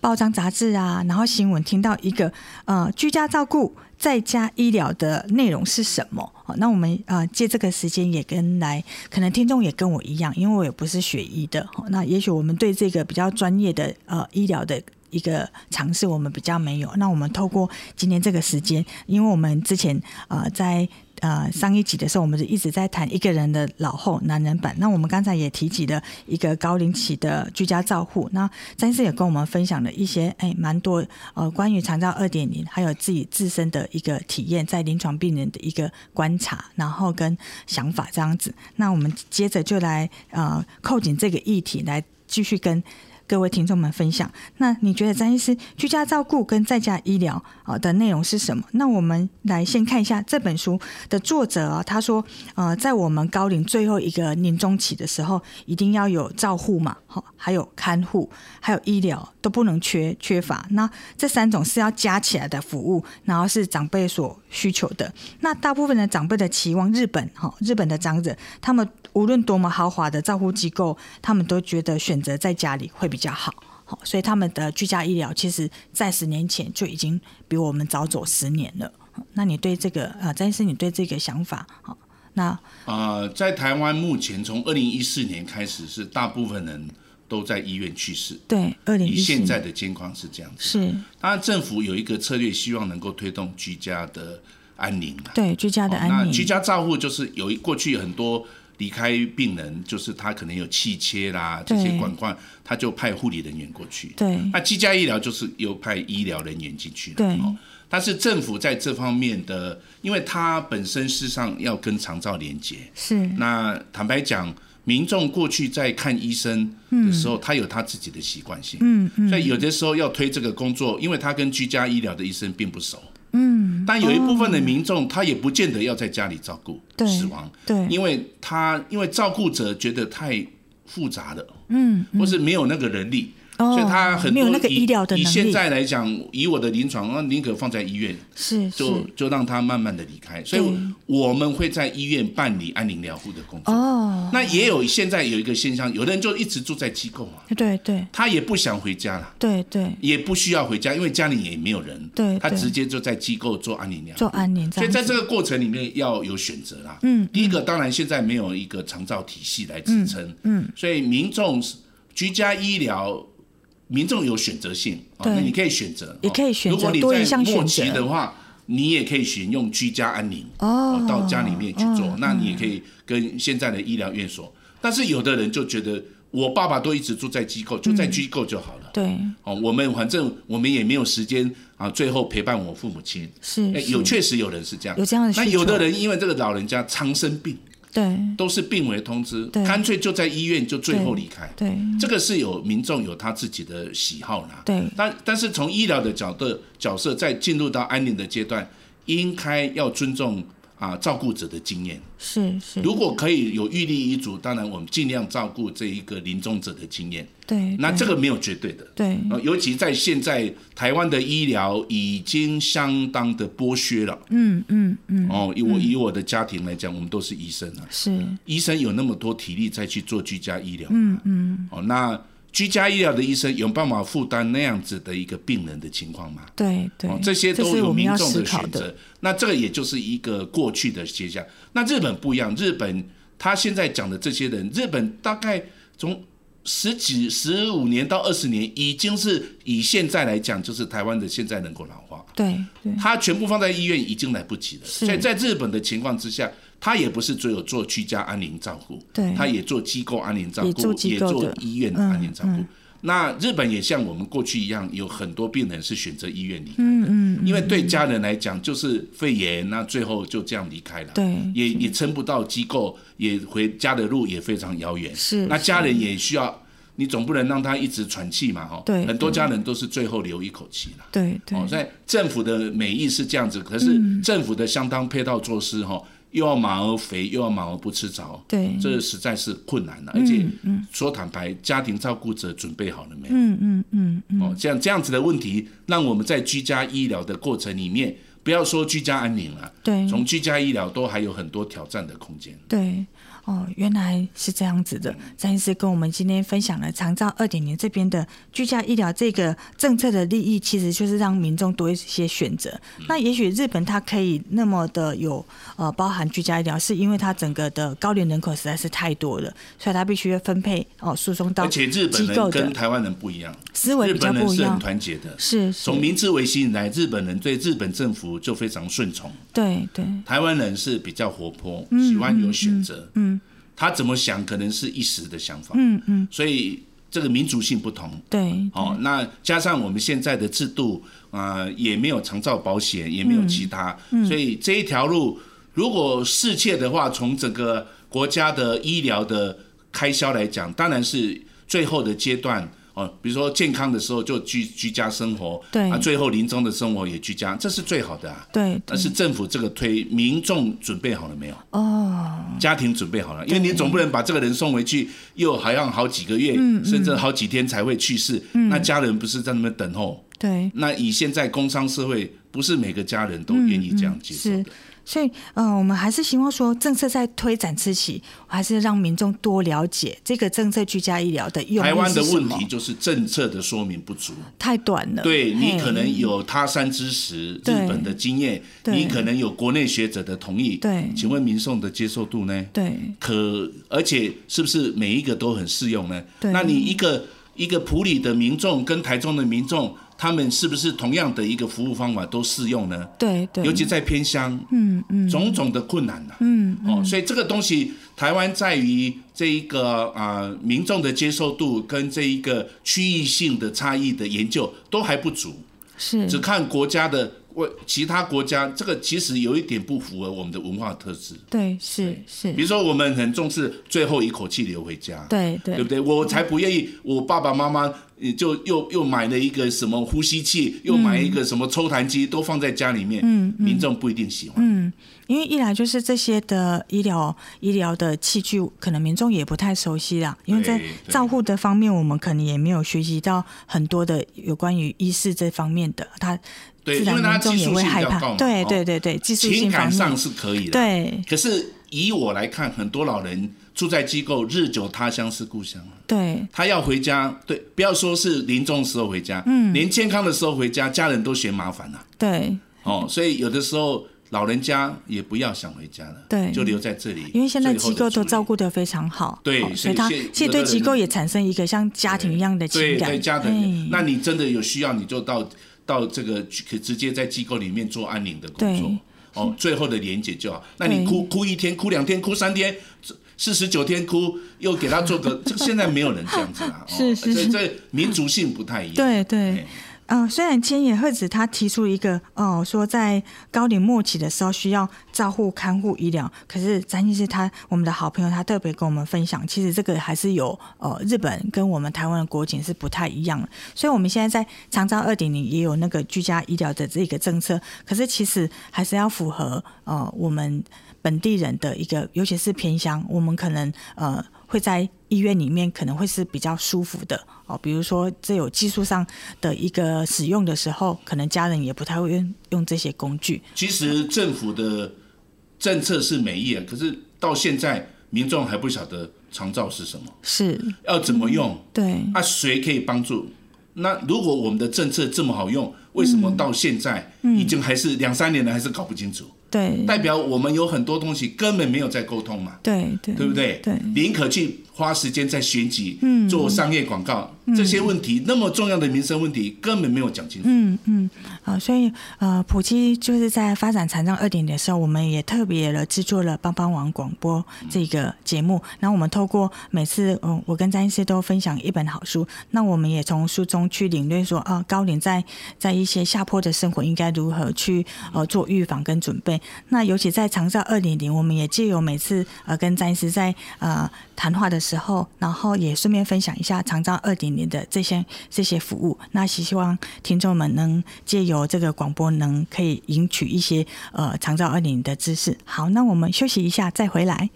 [SPEAKER 2] 报章杂志啊，然后新闻听到一个呃居家照顾。在家医疗的内容是什么？好，那我们呃借这个时间也跟来，可能听众也跟我一样，因为我也不是学医的，好那也许我们对这个比较专业的呃医疗的一个尝试，我们比较没有。那我们透过今天这个时间，因为我们之前呃在呃上一集的时候，我们是一直在谈一个人的老后男人版。那我们刚才也提及了一个高龄期的居家照护。那詹医师也跟我们分享了一些哎蛮多呃关于长照二点零，还有自己自身的一个体验，在临床病人的一个观察，然后跟想法这样子。那我们接着就来呃扣紧这个议题，来继续跟。各位听众们分享，那你觉得詹医师居家照顾跟在家医疗啊的内容是什么？那我们来先看一下这本书的作者啊，他说，呃，在我们高龄最后一个临终期的时候，一定要有照护嘛，好，还有看护，还有医疗都不能缺缺乏。那这三种是要加起来的服务，然后是长辈所需求的。那大部分的长辈的期望，日本哈，日本的长者他们。无论多么豪华的照护机构，他们都觉得选择在家里会比较好，好，所以他们的居家医疗其实在十年前就已经比我们早走十年了。那你对这个啊，詹医师，你对这个想法好？那
[SPEAKER 1] 呃，在台湾目前从二零一四年开始，是大部分人都在医院去世。
[SPEAKER 2] 对，二零
[SPEAKER 1] 以现在的健康是这样子。
[SPEAKER 2] 是，
[SPEAKER 1] 当然政府有一个策略，希望能够推动居家的安宁啊。
[SPEAKER 2] 对居家的安
[SPEAKER 1] 那
[SPEAKER 2] 宁，
[SPEAKER 1] 居家照护就是有一过去有很多离开病人，就是他可能有气切啦这
[SPEAKER 2] 对
[SPEAKER 1] 些管况，他就派护理人员过去。
[SPEAKER 2] 对
[SPEAKER 1] 那居家医疗就是由派医疗人员进去了。
[SPEAKER 2] 对
[SPEAKER 1] 哦但是政府在这方面的，因为它本身事实上要跟长照连接，
[SPEAKER 2] 是
[SPEAKER 1] 那坦白讲，民众过去在看医生的时候，他有他自己的习惯性，嗯嗯，所以有的时候要推这个工作，因为他跟居家医疗的医生并不熟，嗯，但有一部分的民众，他也不见得要在家里照顾
[SPEAKER 2] 对
[SPEAKER 1] 死亡，
[SPEAKER 2] 对
[SPEAKER 1] 因为他因为照顾者觉得太复杂了，嗯，或是没有那个能力。
[SPEAKER 2] 哦
[SPEAKER 1] 所以他很多
[SPEAKER 2] 没有那个医疗的
[SPEAKER 1] 以以
[SPEAKER 2] 能力
[SPEAKER 1] 现在来讲，以我的临床，那哦宁可放在医院，
[SPEAKER 2] 是
[SPEAKER 1] 就是就让他慢慢的离开。所以
[SPEAKER 2] 对
[SPEAKER 1] 我们会在医院办理安宁疗护的工作。
[SPEAKER 2] 哦，
[SPEAKER 1] 那也有现在有一个现象，有的人就一直住在机构嘛，
[SPEAKER 2] 对对
[SPEAKER 1] 他也不想回家了，
[SPEAKER 2] 对对，
[SPEAKER 1] 也不需要回家，因为家里也没有人，
[SPEAKER 2] 对
[SPEAKER 1] 他
[SPEAKER 2] 对
[SPEAKER 1] 直接就在机构做安宁疗。
[SPEAKER 2] 做安宁这
[SPEAKER 1] 所以
[SPEAKER 2] 样
[SPEAKER 1] 在
[SPEAKER 2] 子，
[SPEAKER 1] 这个过程里面要有选择啦。嗯，第一个当然现在没有一个长照体系来支撑，嗯，所以民众居家医疗，民众有选择性，哦
[SPEAKER 2] 对
[SPEAKER 1] 那你可以选择，
[SPEAKER 2] 也可以
[SPEAKER 1] 哦
[SPEAKER 2] 选择
[SPEAKER 1] 如果你
[SPEAKER 2] 多一
[SPEAKER 1] 在
[SPEAKER 2] 项选择
[SPEAKER 1] 末期的话，你也可以选用居家安宁啊
[SPEAKER 2] 哦
[SPEAKER 1] 到家里面去做，那你也可以跟现在的医疗院所。但是有的人就觉得，我爸爸都一直住在机构，就
[SPEAKER 2] 嗯
[SPEAKER 1] 在机构就好了。
[SPEAKER 2] 对
[SPEAKER 1] 哦，我们反正我们也没有时间啊，最后陪伴我父母亲。
[SPEAKER 2] 是
[SPEAKER 1] 哎，
[SPEAKER 2] 是
[SPEAKER 1] 有确实有人是这样，
[SPEAKER 2] 有这样的需
[SPEAKER 1] 那有
[SPEAKER 2] 求
[SPEAKER 1] 的人因为这个老人家常生病，
[SPEAKER 2] 对
[SPEAKER 1] 都是病危通知，
[SPEAKER 2] 对
[SPEAKER 1] 干脆就在医院就最后离开。
[SPEAKER 2] 对
[SPEAKER 1] 这个是有民众有他自己的喜好啦。
[SPEAKER 2] 对
[SPEAKER 1] 但但是从医疗的角度角色，在进入到安宁的阶段，应该要尊重啊照顾者的经验。
[SPEAKER 2] 是是，
[SPEAKER 1] 如果可以有预立遗嘱，当然我们尽量照顾这一个临终者的经验。
[SPEAKER 2] 对
[SPEAKER 1] 那
[SPEAKER 2] 对
[SPEAKER 1] 这个没有绝对的。
[SPEAKER 2] 对
[SPEAKER 1] 呃，尤其在现在台湾的医疗已经相当的剥削了。嗯嗯嗯。哦，以我以我的家庭来讲，我们都是医生啊，
[SPEAKER 2] 是
[SPEAKER 1] 医生有那么多体力再去做居家医疗。嗯嗯。哦，那居家医疗的医生有办法负担那样子的一个病人的情况吗？
[SPEAKER 2] 对对
[SPEAKER 1] 哦，，这些都
[SPEAKER 2] 是我
[SPEAKER 1] 有
[SPEAKER 2] 们
[SPEAKER 1] 民
[SPEAKER 2] 要
[SPEAKER 1] 众
[SPEAKER 2] 思考
[SPEAKER 1] 选
[SPEAKER 2] 的，
[SPEAKER 1] 择。那这个也就是一个过去的现象。那日本不一样，日本他现在讲的这些人，日本大概从十几、十五年到二十年，已经是以现在来讲，就是台湾的现在人口老化，
[SPEAKER 2] 对对
[SPEAKER 1] 他全部放在医院已经来不及了。
[SPEAKER 2] 是
[SPEAKER 1] 所以在日本的情况之下，他也不是只有做居家安宁照顾，
[SPEAKER 2] 对
[SPEAKER 1] 他也做机构安宁照
[SPEAKER 2] 也
[SPEAKER 1] 顾
[SPEAKER 2] 做，机
[SPEAKER 1] 也
[SPEAKER 2] 构
[SPEAKER 1] 做
[SPEAKER 2] 的嗯
[SPEAKER 1] 医院的安宁照顾。那日本也像我们过去一样，有很多病人是选择医院离开的，
[SPEAKER 2] 嗯
[SPEAKER 1] 因为对家人来讲就是肺炎，那最后就这样离开了，
[SPEAKER 2] 对
[SPEAKER 1] 也也撑不到机构，也回家的路也非常遥远，
[SPEAKER 2] 是
[SPEAKER 1] 那
[SPEAKER 2] 是
[SPEAKER 1] 家人也需要，你总不能让他一直喘气嘛，哈，
[SPEAKER 2] 对
[SPEAKER 1] 很多家人都是最后留一口气了。
[SPEAKER 2] 对对嗯
[SPEAKER 1] 哦，所以政府的美意是这样子，可是政府的相当配套措施哈、哦，又要马儿肥，又要马儿不吃草，
[SPEAKER 2] 对嗯
[SPEAKER 1] 这实在是困难啊了。而且说坦白，家庭照顾者准备好了没有？嗯嗯嗯。哦，这样这样子的问题，让我们在居家医疗的过程里面，不要说居家安宁了，
[SPEAKER 2] 对
[SPEAKER 1] 从居家医疗都还有很多挑战的空间。
[SPEAKER 2] 对。哦，原来是这样子的。张医师跟我们今天分享了长照二点零这边的居家医疗这个政策的利益，其实就是让民众多一些选择。
[SPEAKER 1] 嗯
[SPEAKER 2] 那也许日本它可以那么的有呃包含居家医疗，是因为它整个的高龄人口实在是太多了，所以它必须要分配哦输送到
[SPEAKER 1] 而且日本
[SPEAKER 2] 机
[SPEAKER 1] 人
[SPEAKER 2] 构
[SPEAKER 1] 跟
[SPEAKER 2] 的
[SPEAKER 1] 台湾人不一样，
[SPEAKER 2] 思维
[SPEAKER 1] 日
[SPEAKER 2] 比较
[SPEAKER 1] 本人
[SPEAKER 2] 不一
[SPEAKER 1] 是很
[SPEAKER 2] 样。
[SPEAKER 1] 团结的。
[SPEAKER 2] 是是
[SPEAKER 1] 从明治维新以来，日本人对日本政府就非常顺从，
[SPEAKER 2] 对对，
[SPEAKER 1] 台湾人是比较活泼，喜欢有选择。嗯，他怎么想可能是一时的想法。
[SPEAKER 2] 嗯嗯，
[SPEAKER 1] 所以这个民族性不同。
[SPEAKER 2] 对，
[SPEAKER 1] 哦，那加上我们现在的制度，啊，也没有长照保险，也没有其他，所以这一条路如果世界的话，从整个国家的医疗的开销来讲，当然是最后的阶段。哦，比如说健康的时候就居居家生活，
[SPEAKER 2] 对
[SPEAKER 1] 啊，最后临终的生活也居家，这是最好的啊。
[SPEAKER 2] 对
[SPEAKER 1] 但是政府这个推，民众准备好了没有？
[SPEAKER 2] 哦，
[SPEAKER 1] 家庭准备好了，因为你总不能把这个人送回去，又好像好几个月，
[SPEAKER 2] 嗯
[SPEAKER 1] 甚至好几天才会去世，那家人不是在那边等候？
[SPEAKER 2] 对。
[SPEAKER 1] 那以现在工商社会，不是每个家人都愿意这样接受
[SPEAKER 2] 嗯是
[SPEAKER 1] 的。，
[SPEAKER 2] 所以呃，我们还是希望说，政策在推展之前，还是让民众多了解这个政策居家医疗的用意
[SPEAKER 1] 台湾的
[SPEAKER 2] 是什
[SPEAKER 1] 问
[SPEAKER 2] 么
[SPEAKER 1] 题就是政策的说明不足，
[SPEAKER 2] 太短了，
[SPEAKER 1] 对你
[SPEAKER 2] 嘿
[SPEAKER 1] 可能有他山之石，日
[SPEAKER 2] 对
[SPEAKER 1] 本的经验，
[SPEAKER 2] 对
[SPEAKER 1] 你可能有国内学者的同意，
[SPEAKER 2] 对
[SPEAKER 1] 请问民众的接受度呢？
[SPEAKER 2] 对
[SPEAKER 1] 可而且是不是每一个都很适用呢？
[SPEAKER 2] 对
[SPEAKER 1] 那你一个一个普里的民众跟台中的民众，他们是不是同样的一个服务方法都适用呢？
[SPEAKER 2] 对对，
[SPEAKER 1] 尤其在偏乡，
[SPEAKER 2] 嗯嗯
[SPEAKER 1] 种种的困难呐、
[SPEAKER 2] 嗯
[SPEAKER 1] 哦，所以这个东西，台湾在于这一个啊、呃民众的接受度跟这一个区域性的差异的研究都还不足，
[SPEAKER 2] 是
[SPEAKER 1] 只看国家的为其他国家，这个其实有一点不符合我们的文化特质。
[SPEAKER 2] 对是是
[SPEAKER 1] 比，如说，我们很重视最后一口气留回家，
[SPEAKER 2] 对对
[SPEAKER 1] 对不对？我才不愿意，我爸爸妈妈呃就又又买了一个什么呼吸器，又买一个什么抽痰机，都放在家里面，
[SPEAKER 2] 嗯嗯
[SPEAKER 1] 民众不一定喜欢。
[SPEAKER 2] 嗯，因为一来就是这些的医疗医疗的器具，可能民众也不太熟悉啦。因为在
[SPEAKER 1] 对对
[SPEAKER 2] 照护的方面，我们可能也没有学习到很多的有关于医师这方面的，他
[SPEAKER 1] 对
[SPEAKER 2] 自
[SPEAKER 1] 因
[SPEAKER 2] 然
[SPEAKER 1] 为它
[SPEAKER 2] 民众
[SPEAKER 1] 技
[SPEAKER 2] 也
[SPEAKER 1] 术
[SPEAKER 2] 会
[SPEAKER 1] 性比
[SPEAKER 2] 害
[SPEAKER 1] 较高
[SPEAKER 2] 怕。
[SPEAKER 1] 嘛
[SPEAKER 2] 对
[SPEAKER 1] 哦
[SPEAKER 2] 对对对，技术
[SPEAKER 1] 情
[SPEAKER 2] 性方
[SPEAKER 1] 感上
[SPEAKER 2] 面，
[SPEAKER 1] 是可以的，。
[SPEAKER 2] 对
[SPEAKER 1] 可是以我来看，很多老人住在机构，日久他乡是故乡啊。
[SPEAKER 2] 对
[SPEAKER 1] 他要回家，对，不要说是临终的时候回家，嗯，连健康的时候回家，家人都嫌麻烦啊了、
[SPEAKER 2] 对，
[SPEAKER 1] 哦，所以有的时候老人家也不要想回家了，
[SPEAKER 2] 对
[SPEAKER 1] 就留在这里，
[SPEAKER 2] 因为现在
[SPEAKER 1] 最后的
[SPEAKER 2] 机构都
[SPEAKER 1] 处理
[SPEAKER 2] 照顾得非常好，
[SPEAKER 1] 对
[SPEAKER 2] 哦
[SPEAKER 1] 所
[SPEAKER 2] 所
[SPEAKER 1] 以
[SPEAKER 2] 以他
[SPEAKER 1] 现
[SPEAKER 2] 其实
[SPEAKER 1] 有的
[SPEAKER 2] 对
[SPEAKER 1] 人
[SPEAKER 2] 机构也产生一个像家庭一样的情
[SPEAKER 1] 对
[SPEAKER 2] 感，
[SPEAKER 1] 对家
[SPEAKER 2] 哎
[SPEAKER 1] 庭，那你真的有需要，你就到到这个去可以直接在机构里面做安宁的工作
[SPEAKER 2] 对。
[SPEAKER 1] 哦，最后的连结就好。那你
[SPEAKER 2] 对
[SPEAKER 1] 哭哭一天，哭两天，哭三天，四十九天哭，又给他做个，这 个现在没有人这样子啦。哦
[SPEAKER 2] 是是
[SPEAKER 1] 所以这民族性不太一样。
[SPEAKER 2] 对对
[SPEAKER 1] 哎，
[SPEAKER 2] 呃，虽然千野鹤子他提出一个哦、说在高龄末期的时候需要照护、看护、医疗，可是詹医师他我们的好朋友他特别跟我们分享，其实这个还是有呃日本跟我们台湾的国情是不太一样的，所以我们现在在长照二点零也有那个居家医疗的这个政策，可是其实还是要符合呃我们本地人的一个，尤其是偏乡，我们可能呃会在医院里面可能会是比较舒服的哦。比如说，这有技术上的一个使用的时候，可能家人也不太会用用这些工具。
[SPEAKER 1] 其实政府的政策是美意啊，可是到现在民众还不晓得长照是什么，
[SPEAKER 2] 是，
[SPEAKER 1] 要怎么用。
[SPEAKER 2] 对，
[SPEAKER 1] 那谁可以帮助？那如果我们的政策这么好用，为什么到现在已经还是两三年了，还是搞不清楚？
[SPEAKER 2] 对，
[SPEAKER 1] 代表我们有很多东西根本没有在沟通嘛，
[SPEAKER 2] 对，对，
[SPEAKER 1] 对不对？
[SPEAKER 2] 对，
[SPEAKER 1] 宁可去花时间在选举、做商业广告这些问题，那么重要的民生问题根本没有讲清楚。
[SPEAKER 2] 嗯嗯，啊、所以呃，普基就是在发展残障二点零的时候，我们也特别了制作了帮帮网广播这个节目。然后我们透过每次，嗯、我跟詹医师都分享一本好书，那我们也从书中去领略说，啊、高龄在在一些下坡的生活应该如何去呃做预防跟准备。那尤其在长照二点零，我们也借由每次呃跟詹医师在呃谈话的时候，然后也顺便分享一下长照二点零的这些这些服务。那希望听众们能借由这个广播，能可以赢取一些呃长照二点零的知识。好，那我们休息一下再回来。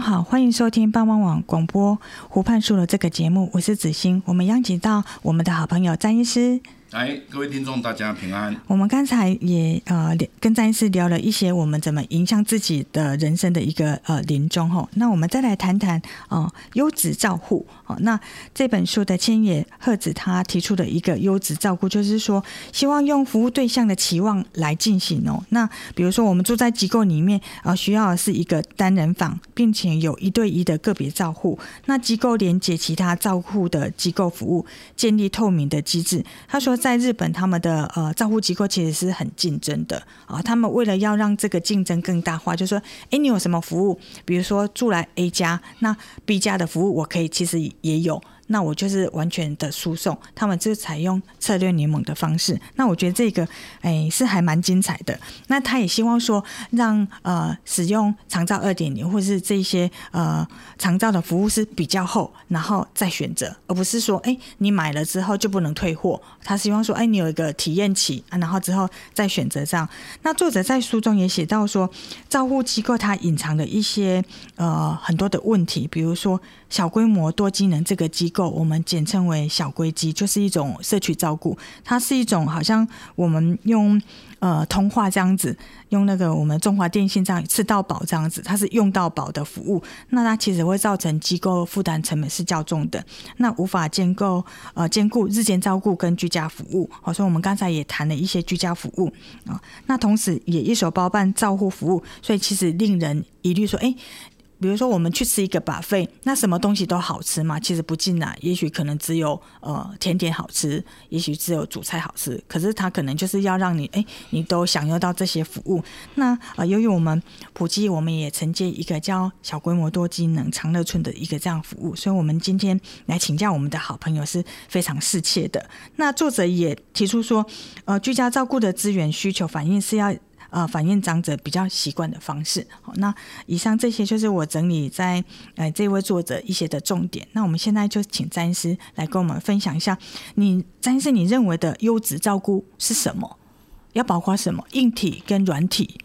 [SPEAKER 2] 好，欢迎收听帮帮网广播《湖畔书楼》这个节目，我是子欣。我们邀请到我们的好朋友詹医师。
[SPEAKER 1] 来，各位听众，大家平安。
[SPEAKER 2] 我们刚才也呃聊跟詹医师聊了一些我们怎么影响自己的人生的一个呃临终吼。那我们再来谈谈呃优质照护哦。那这本书的千野鹤子他提出的一个优质照顾，就是说希望用服务对象的期望来进行哦。那比如说我们住在机构里面啊、呃，需要的是一个单人房，并且有一对一的个别照护。那机构连接其他照护的机构服务，建立透明的机制。他说。在日本，他们的呃照护机构其实是很竞争的啊、哦。他们为了要让这个竞争更大化，就说：哎，你有什么服务？比如说住来 A 家，那 B 家的服务我可以其实也有，那我就是完全的输送。他们就采用策略联盟的方式。那我觉得这个哎是还蛮精彩的。那他也希望说让呃使用长照二点零或是这些呃长照的服务是比较后，然后再选择，而不是说哎你买了之后就不能退货。他是希望说，哎，你有一个体验期啊，然后之后再选择这样。那作者在书中也写到说，照护机构它隐藏的一些呃很多的问题，比如说小规模多机能这个机构，我们简称为小规机，就是一种社区照顾，它是一种好像我们用呃通话这样子，用那个我们中华电信这样吃到饱这样子，它是用到饱的服务。那它其实会造成机构负担成本是较重的，那无法兼够呃兼顾日间照顾跟居家。服务，好，所以我们刚才也谈了一些居家服务啊，那同时也一手包办照护服务，所以其实令人疑虑说，哎、欸，比如说我们去吃一个把费，那什么东西都好吃嘛？其实不尽然，也许可能只有呃甜点好吃，也许只有主菜好吃，可是它可能就是要让你哎、欸，你都享用到这些服务。那呃，由于我们普及，我们也承接一个叫小规模多机能长乐村的一个这样服务，所以我们今天来请教我们的好朋友是非常适切的。那作者也提出说，呃，居家照顾的资源需求反应是要。呃，反映长者比较习惯的方式。好，那以上这些就是我整理在呃这位作者一些的重点。那我们现在就请詹医师来跟我们分享一下，你詹医师你认为的优质照顾是什么？要包括什么？硬体跟软体？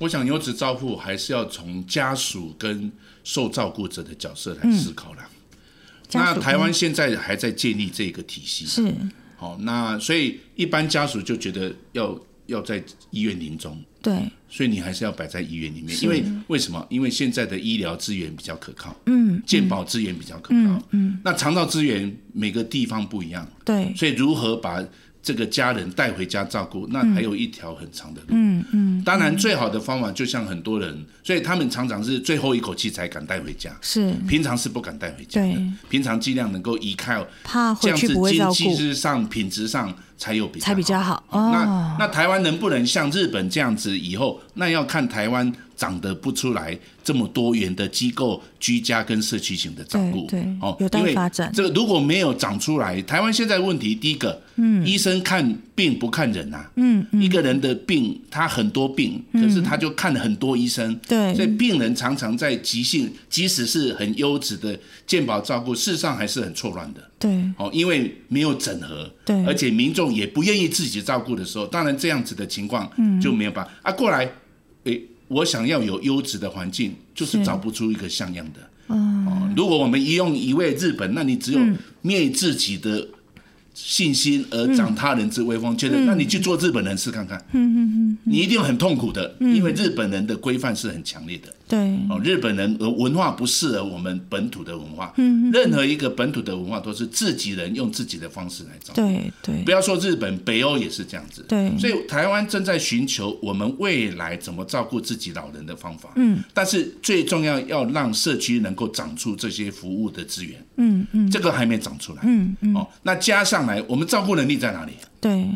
[SPEAKER 1] 我想优质照顾还是要从家属跟受照顾者的角色来思考啦。嗯、那台
[SPEAKER 2] 嗯
[SPEAKER 1] 湾现在还在建立这个体系，
[SPEAKER 2] 是
[SPEAKER 1] 好、哦，那所以一般家属就觉得要。要在医院临终，
[SPEAKER 2] 对，
[SPEAKER 1] 所以你还是要摆在医院里面，因为为什么？因为现在的医疗资源比较可靠，嗯，健保资源比较可靠，嗯，嗯那肠道资源每个地方不一样，
[SPEAKER 2] 对，
[SPEAKER 1] 所以如何把这个家人带回家照顾，那还有一条很长的路，嗯嗯，当然最好的方法，就像很多人，所以他们常常是最后一口气才敢带回家，
[SPEAKER 2] 是，
[SPEAKER 1] 平常是不敢带回家的，平常尽量能够依靠，
[SPEAKER 2] 怕
[SPEAKER 1] 这样子经济上、
[SPEAKER 2] 不
[SPEAKER 1] 品质上。才有比
[SPEAKER 2] 才比较好。
[SPEAKER 1] 哦、那那台湾能不能像日本这样子？以后那要看台湾长得不出来这么多元的机构、居家跟社区型的照顾。
[SPEAKER 2] 对，哦，有待发展。
[SPEAKER 1] 这个如果没有长出来，台湾现在问题第一个，嗯，医生看病不看人啊。嗯，嗯一个人的病，他很多病，可是他就看很多医生。
[SPEAKER 2] 嗯对、嗯，
[SPEAKER 1] 所以病人常常在急性，即使是很优质的健保照顾，事实上还是很错乱的。
[SPEAKER 2] 对，
[SPEAKER 1] 哦，因为没有整合。
[SPEAKER 2] 对，
[SPEAKER 1] 而且民众。也不愿意自己照顾的时候，当然这样子的情况就没有办法、嗯、啊。过来，诶、欸，我想要有优质的环境，就是找不出一个像样的。嗯、哦，如果我们一用一味日本，那你只有灭自己的信心而长他人之威风，嗯、觉得那你去做日本人试看看，嗯嗯嗯，嗯你一定很痛苦的，因为日本人的规范是很强烈的。
[SPEAKER 2] 对，
[SPEAKER 1] 哦，日本人文化不适合我们本土的文化。嗯，任何一个本土的文化都是自己人用自己的方式来找。
[SPEAKER 2] 对对，
[SPEAKER 1] 不要说日本，北欧也是这样子。
[SPEAKER 2] 对，
[SPEAKER 1] 所以台湾正在寻求我们未来怎么照顾自己老人的方法。嗯，但是最重要要让社区能够长出这些服务的资源。
[SPEAKER 2] 嗯嗯，
[SPEAKER 1] 这个还没长出来。
[SPEAKER 2] 嗯嗯，
[SPEAKER 1] 哦，那加上来，我们照顾能力在哪里？
[SPEAKER 2] 对。